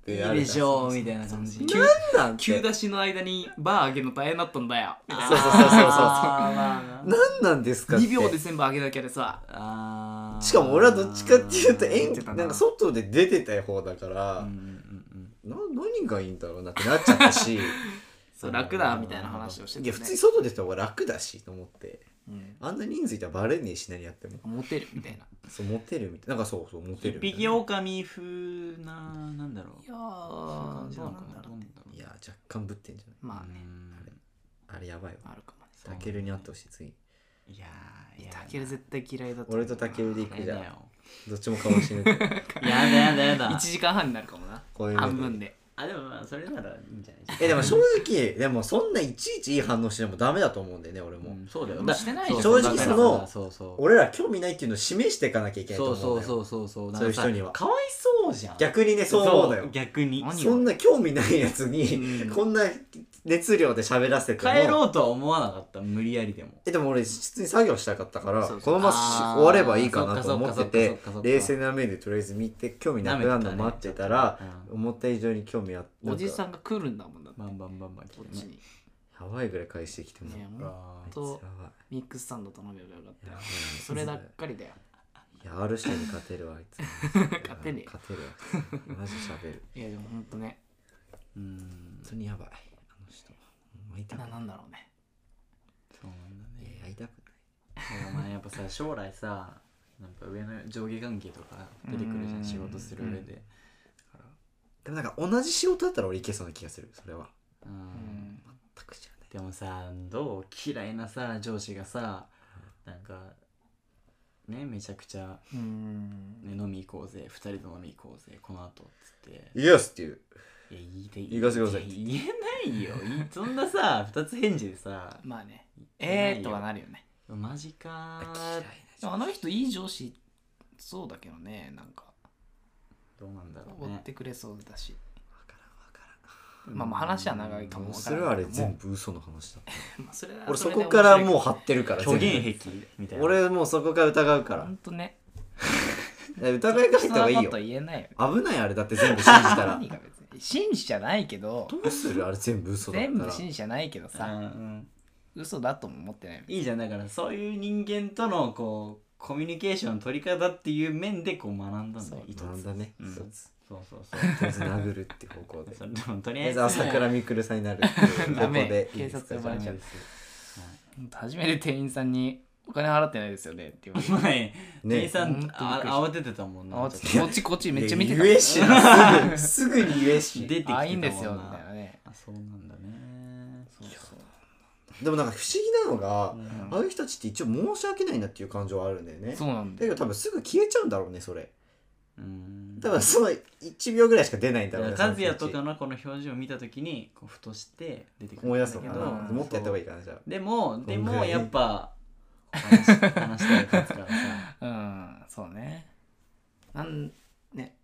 [SPEAKER 2] て
[SPEAKER 3] い
[SPEAKER 2] なる
[SPEAKER 3] いでしょうみたいな感じ
[SPEAKER 1] 急
[SPEAKER 2] なんなん
[SPEAKER 1] 急
[SPEAKER 2] だ
[SPEAKER 1] 出しの間にバー上げるの大変だったんだよみたいな
[SPEAKER 2] そうそうそうそう
[SPEAKER 3] あーまあ
[SPEAKER 2] 何なんですかって
[SPEAKER 1] 2秒で全部上げなきゃでさ
[SPEAKER 3] あー
[SPEAKER 2] しかも俺はどっちかっていうとえ
[SPEAKER 1] 言ってた
[SPEAKER 2] ん
[SPEAKER 1] な
[SPEAKER 2] なんか外で出てた方だから、
[SPEAKER 3] うんうんうん
[SPEAKER 2] な何がいいんだろうなってなっちゃった し
[SPEAKER 1] そう楽だみたいな話をして
[SPEAKER 2] い
[SPEAKER 1] た
[SPEAKER 2] や
[SPEAKER 1] よ
[SPEAKER 2] 普
[SPEAKER 1] ね
[SPEAKER 2] 通に外出た方が楽だしと思って
[SPEAKER 1] うん
[SPEAKER 2] あんな人数いたらバレねえし何やっても
[SPEAKER 1] モテるみたいな
[SPEAKER 2] そうモテるみたいなんかそうそうモ
[SPEAKER 3] う
[SPEAKER 2] テ
[SPEAKER 3] ん
[SPEAKER 2] るみ
[SPEAKER 3] 一
[SPEAKER 2] たいな
[SPEAKER 3] 匹狼風ななんだろう
[SPEAKER 1] いや
[SPEAKER 3] そういう
[SPEAKER 1] ー
[SPEAKER 3] 感じ
[SPEAKER 1] ど
[SPEAKER 3] な
[SPEAKER 1] う
[SPEAKER 3] の
[SPEAKER 1] な
[SPEAKER 3] か
[SPEAKER 1] んだ
[SPEAKER 3] な
[SPEAKER 1] ろうね
[SPEAKER 2] いや若干ぶってんじゃない
[SPEAKER 1] まあね
[SPEAKER 2] あれやばいわ
[SPEAKER 1] あるかもね
[SPEAKER 3] そう
[SPEAKER 2] タケルに会ってほしい次
[SPEAKER 3] いやーやだ
[SPEAKER 1] タケル絶対嫌いだと思う
[SPEAKER 2] 俺とタケルで行くじゃ
[SPEAKER 3] やだ
[SPEAKER 2] ん
[SPEAKER 3] よ
[SPEAKER 2] どっちも顔死ぬ
[SPEAKER 3] やだやだやだ
[SPEAKER 1] 1時間半になるかもな
[SPEAKER 2] こういうの
[SPEAKER 1] 半分で
[SPEAKER 3] あでもまあそれならいいんじゃない
[SPEAKER 2] えでも正直でもそんないちいちいい反応してもダメだと思うんだよね俺も、
[SPEAKER 3] うんそうだよ
[SPEAKER 1] もうしてないじゃん
[SPEAKER 3] そう
[SPEAKER 2] 正直
[SPEAKER 3] だから
[SPEAKER 2] その
[SPEAKER 3] そうそう
[SPEAKER 2] 俺ら興味ないっていうのを示していかなきゃいけないと
[SPEAKER 3] そう
[SPEAKER 2] 思
[SPEAKER 3] そううん
[SPEAKER 2] だよ
[SPEAKER 3] そうそうそう
[SPEAKER 2] そういう人には
[SPEAKER 3] なんかさかわいそうじゃん
[SPEAKER 2] 逆にねそう思うのよ
[SPEAKER 3] そう逆に
[SPEAKER 1] 何
[SPEAKER 2] そんな興味ないやつに、
[SPEAKER 1] うん
[SPEAKER 2] こんな熱量で喋らせても
[SPEAKER 3] 帰ろうとは思わなかった無理やりでも
[SPEAKER 2] えでも俺普通に作業したかったから
[SPEAKER 1] そうそう
[SPEAKER 2] このままし
[SPEAKER 3] あー
[SPEAKER 2] 終わればいいかなと
[SPEAKER 3] そっか
[SPEAKER 2] 思って
[SPEAKER 3] そってかそっかそっか
[SPEAKER 2] 冷静な目でとりあえず見て興味なくなるの待ってたら
[SPEAKER 3] 舐めたね
[SPEAKER 2] 思った以上に興味あって
[SPEAKER 1] おじさ
[SPEAKER 2] んか
[SPEAKER 1] んが来るんだもんだって
[SPEAKER 3] バンバンバンバン来
[SPEAKER 1] こってち
[SPEAKER 3] ね
[SPEAKER 1] に
[SPEAKER 2] やばいぐらい返してきても
[SPEAKER 1] ね
[SPEAKER 2] う
[SPEAKER 1] ほん
[SPEAKER 3] あー
[SPEAKER 1] と
[SPEAKER 2] やばい
[SPEAKER 1] ミックスサンド頼めばよかったよ
[SPEAKER 2] やばい
[SPEAKER 1] そればっかりだよ
[SPEAKER 2] いや R 社に勝てるわあい つ
[SPEAKER 1] 勝てねえ
[SPEAKER 2] 勝てるわマジ喋る
[SPEAKER 1] いやでもほんとね
[SPEAKER 3] うん
[SPEAKER 2] 本当にやばいあの人もう会いたく
[SPEAKER 1] な
[SPEAKER 2] ない
[SPEAKER 1] なんだろうね
[SPEAKER 3] そうなんだ
[SPEAKER 2] い
[SPEAKER 3] ね
[SPEAKER 2] や会いたく
[SPEAKER 3] お前やっぱさ将来さなんか上の上下関係とか出てくるじゃ
[SPEAKER 1] うん
[SPEAKER 3] ん仕事する上で
[SPEAKER 2] ないでもなんか同じ仕事だったら俺いけそうな気がするそれは
[SPEAKER 3] うん
[SPEAKER 1] うん
[SPEAKER 2] 全く知らない
[SPEAKER 3] でもさどう嫌いなさ上司がさなんかねめちゃくちゃ、
[SPEAKER 1] うん
[SPEAKER 3] ね、飲み行こうぜ二人で飲み行こうぜこの後っつって
[SPEAKER 2] イエスっていう
[SPEAKER 3] いや言いて
[SPEAKER 2] 行かせてください
[SPEAKER 3] や言えないよいそんなさ二つ返事でさ
[SPEAKER 1] まあねえーとはなるよね
[SPEAKER 3] マジか
[SPEAKER 2] あ
[SPEAKER 3] ー
[SPEAKER 2] 嫌いな
[SPEAKER 1] でもあの人いい上司そうだけどねなんか
[SPEAKER 3] どうなんだろ
[SPEAKER 1] おご
[SPEAKER 3] うね
[SPEAKER 1] ってくれそうだし
[SPEAKER 2] わからんわから
[SPEAKER 1] まあまあ話は長いか
[SPEAKER 2] ん
[SPEAKER 1] もわ
[SPEAKER 2] もう
[SPEAKER 1] からんけ
[SPEAKER 2] それ
[SPEAKER 1] ども
[SPEAKER 2] はあれ全部嘘の話だ
[SPEAKER 1] まあそれは
[SPEAKER 2] 俺そ
[SPEAKER 1] れで
[SPEAKER 2] こからもう
[SPEAKER 1] 面
[SPEAKER 2] 張ってるから
[SPEAKER 3] 虚言
[SPEAKER 2] 全
[SPEAKER 3] 癖みたい
[SPEAKER 2] 部
[SPEAKER 3] な
[SPEAKER 2] 俺もうそこから疑うか
[SPEAKER 1] 白い
[SPEAKER 2] ら
[SPEAKER 1] ほんとね
[SPEAKER 2] いや疑いかけた方がいい
[SPEAKER 1] そんな
[SPEAKER 2] よ
[SPEAKER 1] こと言えないよ
[SPEAKER 2] 危ないあれだって全部信じたら
[SPEAKER 1] 何が別に信じじゃないけど
[SPEAKER 2] どうするあれ全部嘘だったら
[SPEAKER 1] 全部信じじゃないけど
[SPEAKER 3] うん
[SPEAKER 1] さ
[SPEAKER 3] うん
[SPEAKER 1] 嘘だとも思ってない
[SPEAKER 3] いいじゃんだからそういう人間とのこうコミュニケーションの取り方っていう面でこう学んだんだよ
[SPEAKER 1] そう
[SPEAKER 3] 一つ
[SPEAKER 2] なんだね
[SPEAKER 3] うん
[SPEAKER 2] 一
[SPEAKER 3] そう
[SPEAKER 2] つ
[SPEAKER 3] そうそう
[SPEAKER 2] とりあえず殴るって 方向で
[SPEAKER 3] それでもと
[SPEAKER 2] とり
[SPEAKER 3] りあ
[SPEAKER 2] あ
[SPEAKER 3] え
[SPEAKER 2] え
[SPEAKER 3] ず
[SPEAKER 2] ず朝倉未来さんになるっていう方
[SPEAKER 1] ダ
[SPEAKER 2] 向
[SPEAKER 1] メ
[SPEAKER 2] でいい
[SPEAKER 1] 警
[SPEAKER 2] ですか
[SPEAKER 1] 察呼
[SPEAKER 2] じ
[SPEAKER 1] ば
[SPEAKER 2] ゃあ
[SPEAKER 1] れちゃ
[SPEAKER 3] ダメ
[SPEAKER 1] う
[SPEAKER 3] ですよ
[SPEAKER 1] ほんと初めて店員さんにお金払ってないですよねって言われて
[SPEAKER 3] はい前店員さ
[SPEAKER 1] ほんとびっ
[SPEAKER 3] ん
[SPEAKER 1] くり
[SPEAKER 3] あ
[SPEAKER 1] した
[SPEAKER 3] 慌ててたもんな
[SPEAKER 1] あちょっとこっちこっちめっちゃ見て
[SPEAKER 2] いや言えしなすぐすぐに言え
[SPEAKER 3] 出
[SPEAKER 2] して
[SPEAKER 3] きて
[SPEAKER 1] た
[SPEAKER 3] たもんな
[SPEAKER 1] あいいんですよみたいなね
[SPEAKER 3] あそうなんだね
[SPEAKER 1] そうそう
[SPEAKER 2] でもなんか不思議なのが
[SPEAKER 3] うん
[SPEAKER 2] ああいう人たちって一応申し訳ないなっていう感情はあるんだよね
[SPEAKER 1] そうなんだ
[SPEAKER 2] だけ
[SPEAKER 1] よ
[SPEAKER 2] ど多分すぐ消えちゃうんだろうねそれ
[SPEAKER 3] うん
[SPEAKER 2] 多分その1秒ぐらいしか出ないんだろうね
[SPEAKER 3] カズヤと
[SPEAKER 2] そ
[SPEAKER 3] か
[SPEAKER 2] の
[SPEAKER 3] のこの表情を見たときにこうふとして出
[SPEAKER 2] 気持
[SPEAKER 3] てく
[SPEAKER 2] ち
[SPEAKER 3] る
[SPEAKER 2] 思い出
[SPEAKER 3] んだ
[SPEAKER 2] す
[SPEAKER 3] け
[SPEAKER 2] の
[SPEAKER 3] ど
[SPEAKER 2] か
[SPEAKER 1] 思い出すのか
[SPEAKER 2] なもっとやった方がいいかなじゃあ
[SPEAKER 3] でもで
[SPEAKER 2] どんぐら
[SPEAKER 3] も
[SPEAKER 2] い
[SPEAKER 3] やっぱ話し話したいやつからさ
[SPEAKER 1] うんそうねなんね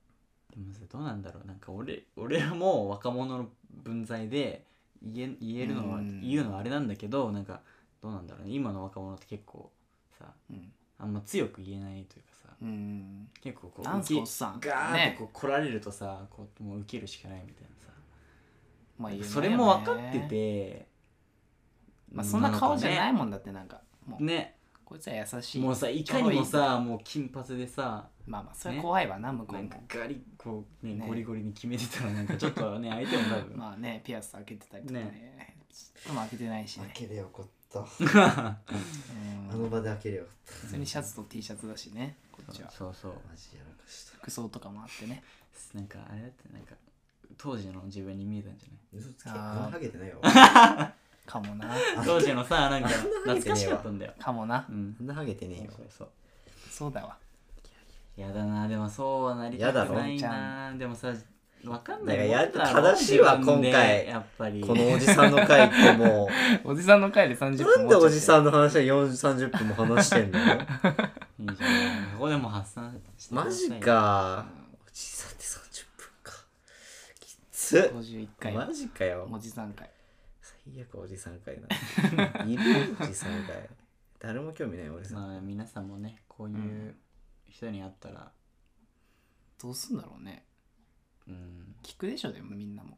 [SPEAKER 3] でもさどうなんだろうなんか俺俺らも若者の分際で言え言えるのは
[SPEAKER 1] うん
[SPEAKER 3] 言うのはあれなんだけどなんかどうなんだろうね今の若者って結構さ
[SPEAKER 1] うん
[SPEAKER 3] あんま強く言えないというかさ
[SPEAKER 1] うん
[SPEAKER 3] 結構こう
[SPEAKER 1] なんすかおっ
[SPEAKER 3] 受
[SPEAKER 1] さん
[SPEAKER 3] けガーって
[SPEAKER 1] ね
[SPEAKER 3] こう来られるとさこうもう受けるしかないみたいなさ
[SPEAKER 1] まあ言えないよね
[SPEAKER 3] それも分かってて
[SPEAKER 1] まあそんな顔じゃないいもんだってなんかもう
[SPEAKER 3] ね
[SPEAKER 1] こいつは優しい
[SPEAKER 3] もうさいかにもさもう金髪でさ
[SPEAKER 1] まあまあそれ怖いわな向こう
[SPEAKER 3] な
[SPEAKER 1] も
[SPEAKER 3] んかガリこうね
[SPEAKER 1] ね
[SPEAKER 3] ゴリゴリに決めてたらなんかちょっ とね相手も多分、
[SPEAKER 1] まあねピアス開けてたりとかねちょっとも開けてないしね
[SPEAKER 2] けれよかった
[SPEAKER 1] うん
[SPEAKER 2] 場で開けれよかっ
[SPEAKER 1] 普通にシャツと T シャツだしねこっちは
[SPEAKER 3] そうそう
[SPEAKER 2] マジやらかした
[SPEAKER 1] 服装とかもあってね
[SPEAKER 3] なんかあれだってなんか当時の自分に見えたんじゃない
[SPEAKER 2] 嘘つ
[SPEAKER 1] あー
[SPEAKER 2] げてないよ
[SPEAKER 1] かもな
[SPEAKER 3] 当時の さなんか懐かしかったんだよ
[SPEAKER 1] かもな
[SPEAKER 3] うん
[SPEAKER 2] あんなハゲてねえよ
[SPEAKER 3] そうそう
[SPEAKER 1] そうだわ
[SPEAKER 3] やだなでもそうはなりた
[SPEAKER 2] やだ
[SPEAKER 3] く
[SPEAKER 2] ろ
[SPEAKER 3] ないなでもさわかんない
[SPEAKER 2] だからや
[SPEAKER 3] もんだろ
[SPEAKER 2] 正しいわ
[SPEAKER 3] 自分で
[SPEAKER 2] 今回
[SPEAKER 3] やっぱり
[SPEAKER 2] このおじさんの回っても
[SPEAKER 1] おじさんの回で30
[SPEAKER 2] う
[SPEAKER 1] 分
[SPEAKER 2] なんでおじ
[SPEAKER 1] ん
[SPEAKER 2] さんの話は4 30分も話してんのよ
[SPEAKER 3] いいじゃんここでも発散してく
[SPEAKER 2] マ
[SPEAKER 3] ださい
[SPEAKER 2] ジかおじさんって30分かきつ
[SPEAKER 1] 51回
[SPEAKER 2] マジかよ
[SPEAKER 1] おじさん回
[SPEAKER 2] 最悪おじさん会ないるおじさん会誰も興味ない俺さん
[SPEAKER 3] まあ皆さんもねこういう人に会ったら
[SPEAKER 1] どうすんだろうね
[SPEAKER 3] うん
[SPEAKER 1] 聞くでしょでもみんなも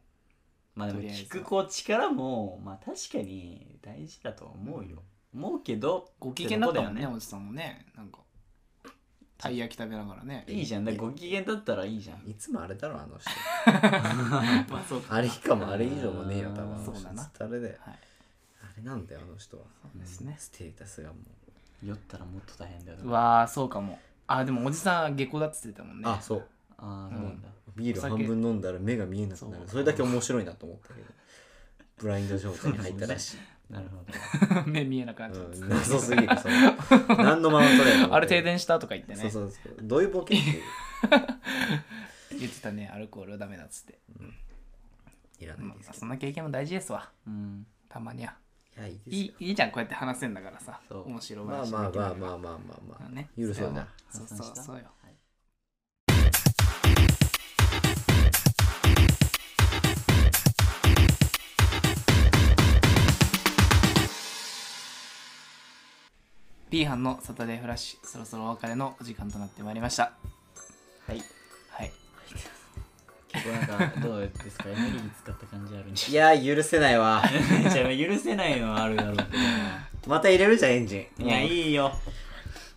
[SPEAKER 3] まあでも
[SPEAKER 1] とりあえず
[SPEAKER 3] 聞くこう力もまあ確かに大事だと思うよ思うけど
[SPEAKER 1] ご機嫌だったもん
[SPEAKER 3] って
[SPEAKER 1] ね
[SPEAKER 3] とこだよ
[SPEAKER 1] おじさんもねなんかたい焼き食べながらね
[SPEAKER 3] いいじゃんだからご機嫌だったらいいじゃん
[SPEAKER 2] いつもあれだろあの人
[SPEAKER 1] まあそうか
[SPEAKER 2] あれ以下もあれ以上もねえよ多分
[SPEAKER 3] あー
[SPEAKER 2] あの人
[SPEAKER 1] そうだな
[SPEAKER 2] ずっとあれだよ
[SPEAKER 1] はい
[SPEAKER 2] あれなんだよあの人は
[SPEAKER 1] そうですね
[SPEAKER 2] ステータスがもう
[SPEAKER 3] 酔ったらもっと大変だよ
[SPEAKER 1] うわーそうかもあでもおじさんは下校だっつってたもんね
[SPEAKER 2] あそう
[SPEAKER 3] ああそうなんだ
[SPEAKER 2] ビール
[SPEAKER 1] お酒
[SPEAKER 2] 半分飲んだら目が見えなくなる
[SPEAKER 1] そう
[SPEAKER 2] それだけ面白いなと思ったけどブラインド状態に入ったらしい、
[SPEAKER 3] なるほど
[SPEAKER 1] 目見えなくなっちゃった、
[SPEAKER 2] うん、謎すぎるその 何のマウントだよと思って
[SPEAKER 1] あれ停電したとか言ってね
[SPEAKER 2] そうそうそうどういうボケっていう
[SPEAKER 1] 言ってたねアルコールはダメだっつって、
[SPEAKER 2] いらない
[SPEAKER 1] ま
[SPEAKER 2] です
[SPEAKER 1] あ、
[SPEAKER 2] け
[SPEAKER 1] そんな経験も大事ですわ
[SPEAKER 3] うん
[SPEAKER 1] たまには
[SPEAKER 2] どいやいいです
[SPEAKER 1] い
[SPEAKER 2] よ
[SPEAKER 1] いいいじゃんこうやって話せんだからさ
[SPEAKER 3] そう
[SPEAKER 1] 面白い
[SPEAKER 2] まあ
[SPEAKER 1] 話
[SPEAKER 2] まあま
[SPEAKER 1] で
[SPEAKER 2] あ
[SPEAKER 1] きな
[SPEAKER 2] ま
[SPEAKER 1] が
[SPEAKER 2] あまあまあま
[SPEAKER 1] ら
[SPEAKER 2] あ、
[SPEAKER 1] ね
[SPEAKER 2] 許そうだ
[SPEAKER 1] そうそう
[SPEAKER 3] 発散した
[SPEAKER 1] そうよ
[SPEAKER 3] はい
[SPEAKER 1] ピーハンのサタデーフラッシュそろそろお別れのお時間となってまいりました
[SPEAKER 3] はい
[SPEAKER 1] はい
[SPEAKER 3] 結構なんかどうですかエネルギー使った感じあるんじ
[SPEAKER 2] いやー許せないわ
[SPEAKER 3] ゃ ないじゃあ許せないのはあるだろうけどね
[SPEAKER 2] また入れるじゃんエンジン
[SPEAKER 3] いやいいよ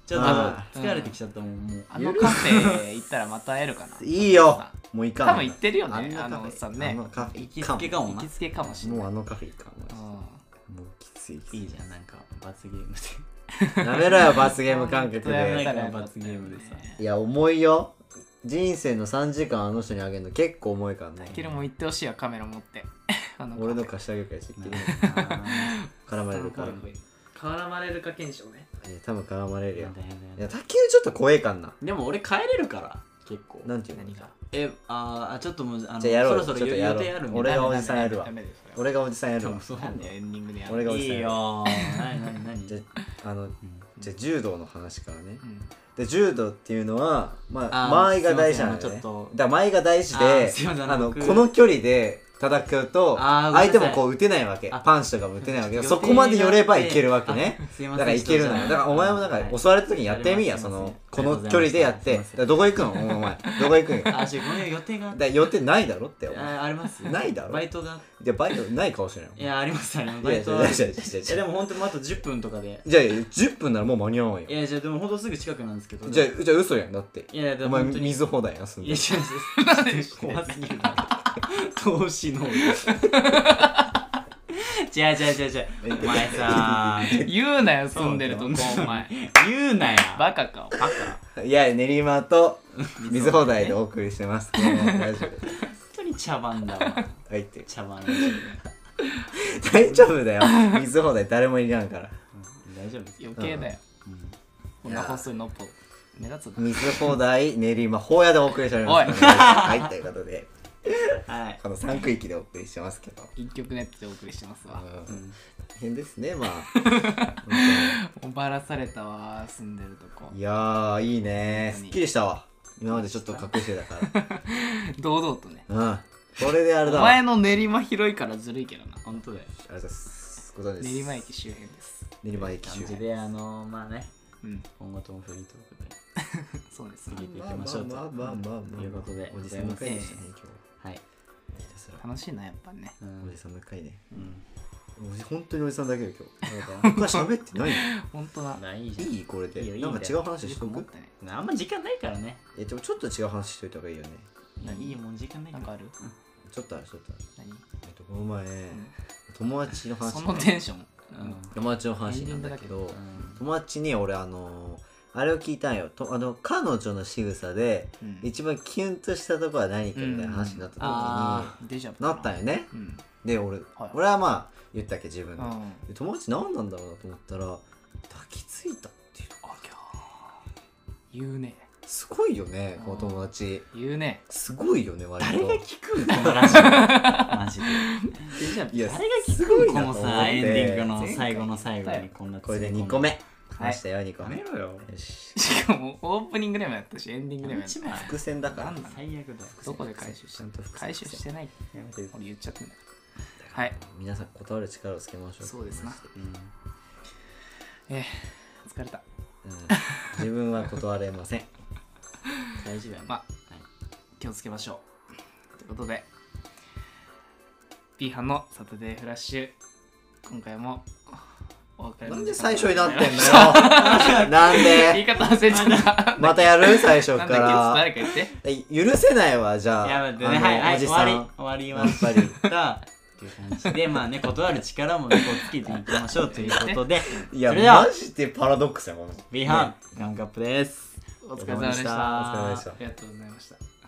[SPEAKER 3] ちょっと
[SPEAKER 2] ま
[SPEAKER 3] 疲れてきちゃったもんもう
[SPEAKER 1] あのカフェ行ったらまた会えるかな
[SPEAKER 2] いいよもういかん
[SPEAKER 1] 多分行ってるよね
[SPEAKER 2] あんなカフェ
[SPEAKER 1] あのおっさんね
[SPEAKER 2] あのカフェ
[SPEAKER 3] 行きつけかも
[SPEAKER 1] 行
[SPEAKER 3] な
[SPEAKER 1] きつけかもしれ
[SPEAKER 2] も
[SPEAKER 1] な
[SPEAKER 2] う
[SPEAKER 1] い
[SPEAKER 2] あのカフェいかん
[SPEAKER 1] うん
[SPEAKER 2] マジでもうきついきつ
[SPEAKER 3] い
[SPEAKER 2] い
[SPEAKER 3] いじゃんなんか罰ゲームで
[SPEAKER 2] やめろよ罰ゲーム感覚
[SPEAKER 1] 本当やめ
[SPEAKER 2] で
[SPEAKER 1] たらよかった
[SPEAKER 3] 罰ゲームでさ
[SPEAKER 2] いや重いよ人生の3時間あの人にあげるの結構重いからね
[SPEAKER 1] タケルも行ってほしいわカメラ持って あの
[SPEAKER 2] 俺の貸してあげるから知っ てる絡まれるからい
[SPEAKER 1] 絡まれるか検証ね
[SPEAKER 2] や多分絡まれるよ
[SPEAKER 3] やだや
[SPEAKER 2] い
[SPEAKER 3] だや
[SPEAKER 2] やタ
[SPEAKER 3] だ
[SPEAKER 2] ケルちょっと怖えかんな
[SPEAKER 3] でも俺帰れるから結構
[SPEAKER 2] なんていうの
[SPEAKER 1] 何が
[SPEAKER 3] えあーあちょっともうあの
[SPEAKER 2] じゃあやろうよ
[SPEAKER 3] そろ
[SPEAKER 2] ち
[SPEAKER 3] そ
[SPEAKER 2] ょ
[SPEAKER 3] ろ
[SPEAKER 2] っと
[SPEAKER 3] 予
[SPEAKER 2] やろう
[SPEAKER 3] 定あるんで
[SPEAKER 2] 俺が
[SPEAKER 3] は
[SPEAKER 2] おじさんやるわ
[SPEAKER 1] ダメですよ
[SPEAKER 2] 俺がおじさんやるわ
[SPEAKER 3] そうな
[SPEAKER 1] なん
[SPEAKER 3] んだ
[SPEAKER 1] で
[SPEAKER 3] よ
[SPEAKER 1] エンディングでやる
[SPEAKER 2] 俺がお
[SPEAKER 3] い
[SPEAKER 2] じさん
[SPEAKER 3] い
[SPEAKER 2] やる
[SPEAKER 3] よ何何何
[SPEAKER 2] じゃあのじゃあ柔道の話からね
[SPEAKER 1] うん
[SPEAKER 2] で柔道っていうのは、まあ、
[SPEAKER 3] あー
[SPEAKER 2] 間合いが大事なんだ
[SPEAKER 3] すい
[SPEAKER 2] よ
[SPEAKER 3] ま
[SPEAKER 2] ね
[SPEAKER 3] せんあのちょっと
[SPEAKER 2] だから間合いが大事
[SPEAKER 3] あ
[SPEAKER 2] で
[SPEAKER 3] ーすいません
[SPEAKER 2] あの
[SPEAKER 3] 僕
[SPEAKER 2] この距離で叩くと相
[SPEAKER 3] あーごめんなさい
[SPEAKER 2] 手もこう打てないわけ
[SPEAKER 3] あ
[SPEAKER 2] パンチとかも打てないわけ
[SPEAKER 3] 予定
[SPEAKER 2] そこまで寄ればいけるわけね
[SPEAKER 3] があってすい
[SPEAKER 2] だ
[SPEAKER 3] ま
[SPEAKER 2] か
[SPEAKER 3] せん
[SPEAKER 2] らいけるのよだからお前もなん
[SPEAKER 3] は
[SPEAKER 2] か
[SPEAKER 3] い
[SPEAKER 2] 襲われた時にやってみや
[SPEAKER 3] はい
[SPEAKER 2] そ
[SPEAKER 3] すいませ
[SPEAKER 2] の
[SPEAKER 3] ん
[SPEAKER 2] この距離でやっ
[SPEAKER 3] あ
[SPEAKER 2] て
[SPEAKER 3] り
[SPEAKER 2] だ
[SPEAKER 3] が
[SPEAKER 2] か
[SPEAKER 3] と
[SPEAKER 2] ら
[SPEAKER 3] う
[SPEAKER 2] どこ行くのお前お前どこ行くんよだか
[SPEAKER 3] あしごめん予定が
[SPEAKER 2] ら寄ってないだろって お前
[SPEAKER 3] ああります
[SPEAKER 2] ないだろ
[SPEAKER 3] バイトが
[SPEAKER 2] いやバイトないかもしれない
[SPEAKER 3] いやありますあります
[SPEAKER 2] い
[SPEAKER 3] バ
[SPEAKER 2] や
[SPEAKER 3] イ
[SPEAKER 2] い
[SPEAKER 3] ト
[SPEAKER 2] や
[SPEAKER 3] はい
[SPEAKER 2] やいやいやい
[SPEAKER 3] いやで
[SPEAKER 2] や
[SPEAKER 3] も本当もうあと10分とかで
[SPEAKER 2] じゃあ10分ならもう間に合わんよ
[SPEAKER 3] いやじゃあでも本当すぐ近くなんですけど
[SPEAKER 2] じゃあじゃあ嘘やんだって
[SPEAKER 3] いやいや
[SPEAKER 2] お前
[SPEAKER 3] 本当に
[SPEAKER 2] 水放題やすん
[SPEAKER 3] い
[SPEAKER 2] で
[SPEAKER 3] や違 う違うちょっと怖すぎるな投資のじゃあじゃあじゃあじゃあお前さ
[SPEAKER 1] 言うなよ住んでるとこお前
[SPEAKER 3] 言うなや
[SPEAKER 1] バカかバカ
[SPEAKER 2] いや、練馬と水放題でお送りしてます。こ のラジオ
[SPEAKER 3] 本当に茶番だわ
[SPEAKER 2] 入って。
[SPEAKER 3] 茶番
[SPEAKER 2] 大丈夫だよ。水放題誰もいらんから。
[SPEAKER 3] 大丈夫ですよ
[SPEAKER 1] 余計だよ
[SPEAKER 3] うん
[SPEAKER 1] こんな細いのっぽ目立つな
[SPEAKER 2] 水放題、練馬、法屋でお送りしております。
[SPEAKER 1] おい
[SPEAKER 2] はい、ということで、
[SPEAKER 3] はい
[SPEAKER 2] この3区域でお送りしてますけど。
[SPEAKER 1] 一曲ネットでお送りしてますわ
[SPEAKER 2] うん
[SPEAKER 3] ん
[SPEAKER 2] 大変ですね、まあ。
[SPEAKER 1] おばらされたわ住んでるとこ
[SPEAKER 2] いやー、いいね。すっきりしたわ。今までちょっと隠してたか
[SPEAKER 1] 堂々と ね
[SPEAKER 2] ら。うん。これであれ
[SPEAKER 1] お
[SPEAKER 2] だわ。
[SPEAKER 1] 前
[SPEAKER 2] ありが
[SPEAKER 1] の練馬広いからずるいけどな
[SPEAKER 3] 本当だよ
[SPEAKER 2] とうございます。ご存知です。
[SPEAKER 1] 練馬駅。周辺です
[SPEAKER 2] 練馬駅周
[SPEAKER 3] 感じ
[SPEAKER 2] 辺。
[SPEAKER 3] であのまあね
[SPEAKER 1] うん
[SPEAKER 3] 今後ともフリートークで
[SPEAKER 1] そうです
[SPEAKER 3] 次行きましょうと
[SPEAKER 2] まあまあまあまあまあ。
[SPEAKER 3] ということで
[SPEAKER 2] おじさんの回でしたね、今日は。
[SPEAKER 3] はい
[SPEAKER 2] ひたすら
[SPEAKER 1] 楽しいなやっぱね
[SPEAKER 3] う
[SPEAKER 2] お
[SPEAKER 3] ん
[SPEAKER 2] じさんの回ね。
[SPEAKER 3] うん
[SPEAKER 2] おじ本当におじさんだけよ今日。
[SPEAKER 3] そうだよ
[SPEAKER 2] 他喋ってない
[SPEAKER 1] ほんとだ
[SPEAKER 3] まあいいじゃ
[SPEAKER 2] のいいこれで
[SPEAKER 3] いいよいい
[SPEAKER 2] なんん
[SPEAKER 3] だ
[SPEAKER 2] か
[SPEAKER 3] よ
[SPEAKER 2] 違う話し
[SPEAKER 1] よく
[SPEAKER 2] と
[SPEAKER 1] 持っ
[SPEAKER 2] く
[SPEAKER 1] てね
[SPEAKER 3] んあんま時間ないからね
[SPEAKER 2] えでもちょっと違う話しといた方がいいよね
[SPEAKER 1] 何
[SPEAKER 3] いいもん時間ない
[SPEAKER 1] なん
[SPEAKER 3] から
[SPEAKER 1] かある
[SPEAKER 2] ちょっとあるちょっとある
[SPEAKER 1] 何
[SPEAKER 2] えっとこの前友達の話
[SPEAKER 1] そのテンション
[SPEAKER 3] うん
[SPEAKER 2] 友達の話なんだけど
[SPEAKER 3] うん
[SPEAKER 2] 友達に俺あのあれを聞いたんよとあの彼女の仕草で
[SPEAKER 1] うん
[SPEAKER 2] 一番キュンとしたとこは何かみたいな話になった時に、
[SPEAKER 3] うんあ
[SPEAKER 1] デジャブか
[SPEAKER 2] なったんよね
[SPEAKER 1] うん
[SPEAKER 2] で俺,、
[SPEAKER 1] はい
[SPEAKER 2] 俺はまあ言ったっけ自分
[SPEAKER 1] う
[SPEAKER 2] で、
[SPEAKER 1] ん
[SPEAKER 2] で友達何なんだろうなと思ったら抱きついたっていう
[SPEAKER 1] あきゃー言うね
[SPEAKER 2] すごいよね
[SPEAKER 1] うん
[SPEAKER 2] この友達
[SPEAKER 1] 言うね
[SPEAKER 2] すごいよね割
[SPEAKER 3] 誰
[SPEAKER 2] と
[SPEAKER 3] が聞くんこのラジオマジで
[SPEAKER 1] デジャブ
[SPEAKER 2] いや
[SPEAKER 3] 誰が
[SPEAKER 2] す
[SPEAKER 3] 聞
[SPEAKER 2] ご
[SPEAKER 3] く
[SPEAKER 2] い
[SPEAKER 3] ん
[SPEAKER 2] な
[SPEAKER 3] こ
[SPEAKER 2] と思
[SPEAKER 3] の
[SPEAKER 2] って
[SPEAKER 3] さエンディングの最後の最後にこんな
[SPEAKER 2] これで2個目来
[SPEAKER 1] い
[SPEAKER 2] ましたよ2個
[SPEAKER 3] や
[SPEAKER 2] 目
[SPEAKER 3] め
[SPEAKER 2] よ
[SPEAKER 3] ろよ
[SPEAKER 2] し
[SPEAKER 1] しかもオープニングでもやったしエンディングでもやった
[SPEAKER 3] 一枚
[SPEAKER 2] 伏線だから
[SPEAKER 1] なんだ
[SPEAKER 3] 最悪だ
[SPEAKER 1] どこで回収したの
[SPEAKER 2] ちゃんと伏線
[SPEAKER 1] 回収してない
[SPEAKER 3] やめて
[SPEAKER 1] 俺言っちゃってんだからはい
[SPEAKER 2] 皆さん断る力をつけましょう
[SPEAKER 1] そうですな
[SPEAKER 3] うん
[SPEAKER 1] えー疲れた
[SPEAKER 2] うん自分は断れません
[SPEAKER 3] 大事だよね
[SPEAKER 1] まあ気をつけましょうということで B 班のサタデーフラッシュ今回もお別れの
[SPEAKER 2] なん
[SPEAKER 1] 時間
[SPEAKER 2] で最初になってん
[SPEAKER 1] と
[SPEAKER 2] だ
[SPEAKER 1] りまし
[SPEAKER 2] よなん
[SPEAKER 1] た言い
[SPEAKER 2] で
[SPEAKER 1] 方忘れち ゃった
[SPEAKER 2] またやる最
[SPEAKER 1] な
[SPEAKER 2] 初
[SPEAKER 1] んだっ
[SPEAKER 2] か
[SPEAKER 1] け誰
[SPEAKER 2] ら
[SPEAKER 1] か言って
[SPEAKER 2] え許せないわじゃあ
[SPEAKER 3] いや待って
[SPEAKER 2] あ
[SPEAKER 3] ね
[SPEAKER 2] の
[SPEAKER 3] はいは
[SPEAKER 2] お
[SPEAKER 3] い
[SPEAKER 2] じ
[SPEAKER 3] 終わ
[SPEAKER 2] さ
[SPEAKER 3] り
[SPEAKER 2] ん
[SPEAKER 3] 終わり
[SPEAKER 2] や
[SPEAKER 3] まし
[SPEAKER 2] っぱり
[SPEAKER 3] た っていう感じでまあね断る力もねこうつけていきましょうということ で
[SPEAKER 2] い
[SPEAKER 3] それでは
[SPEAKER 2] マジでパラドックスやこの人
[SPEAKER 3] B 班ランクアップです
[SPEAKER 1] お疲れ様でし
[SPEAKER 3] お疲れ
[SPEAKER 1] た
[SPEAKER 3] 様でした
[SPEAKER 2] お疲れ様でした
[SPEAKER 1] ありがとうございました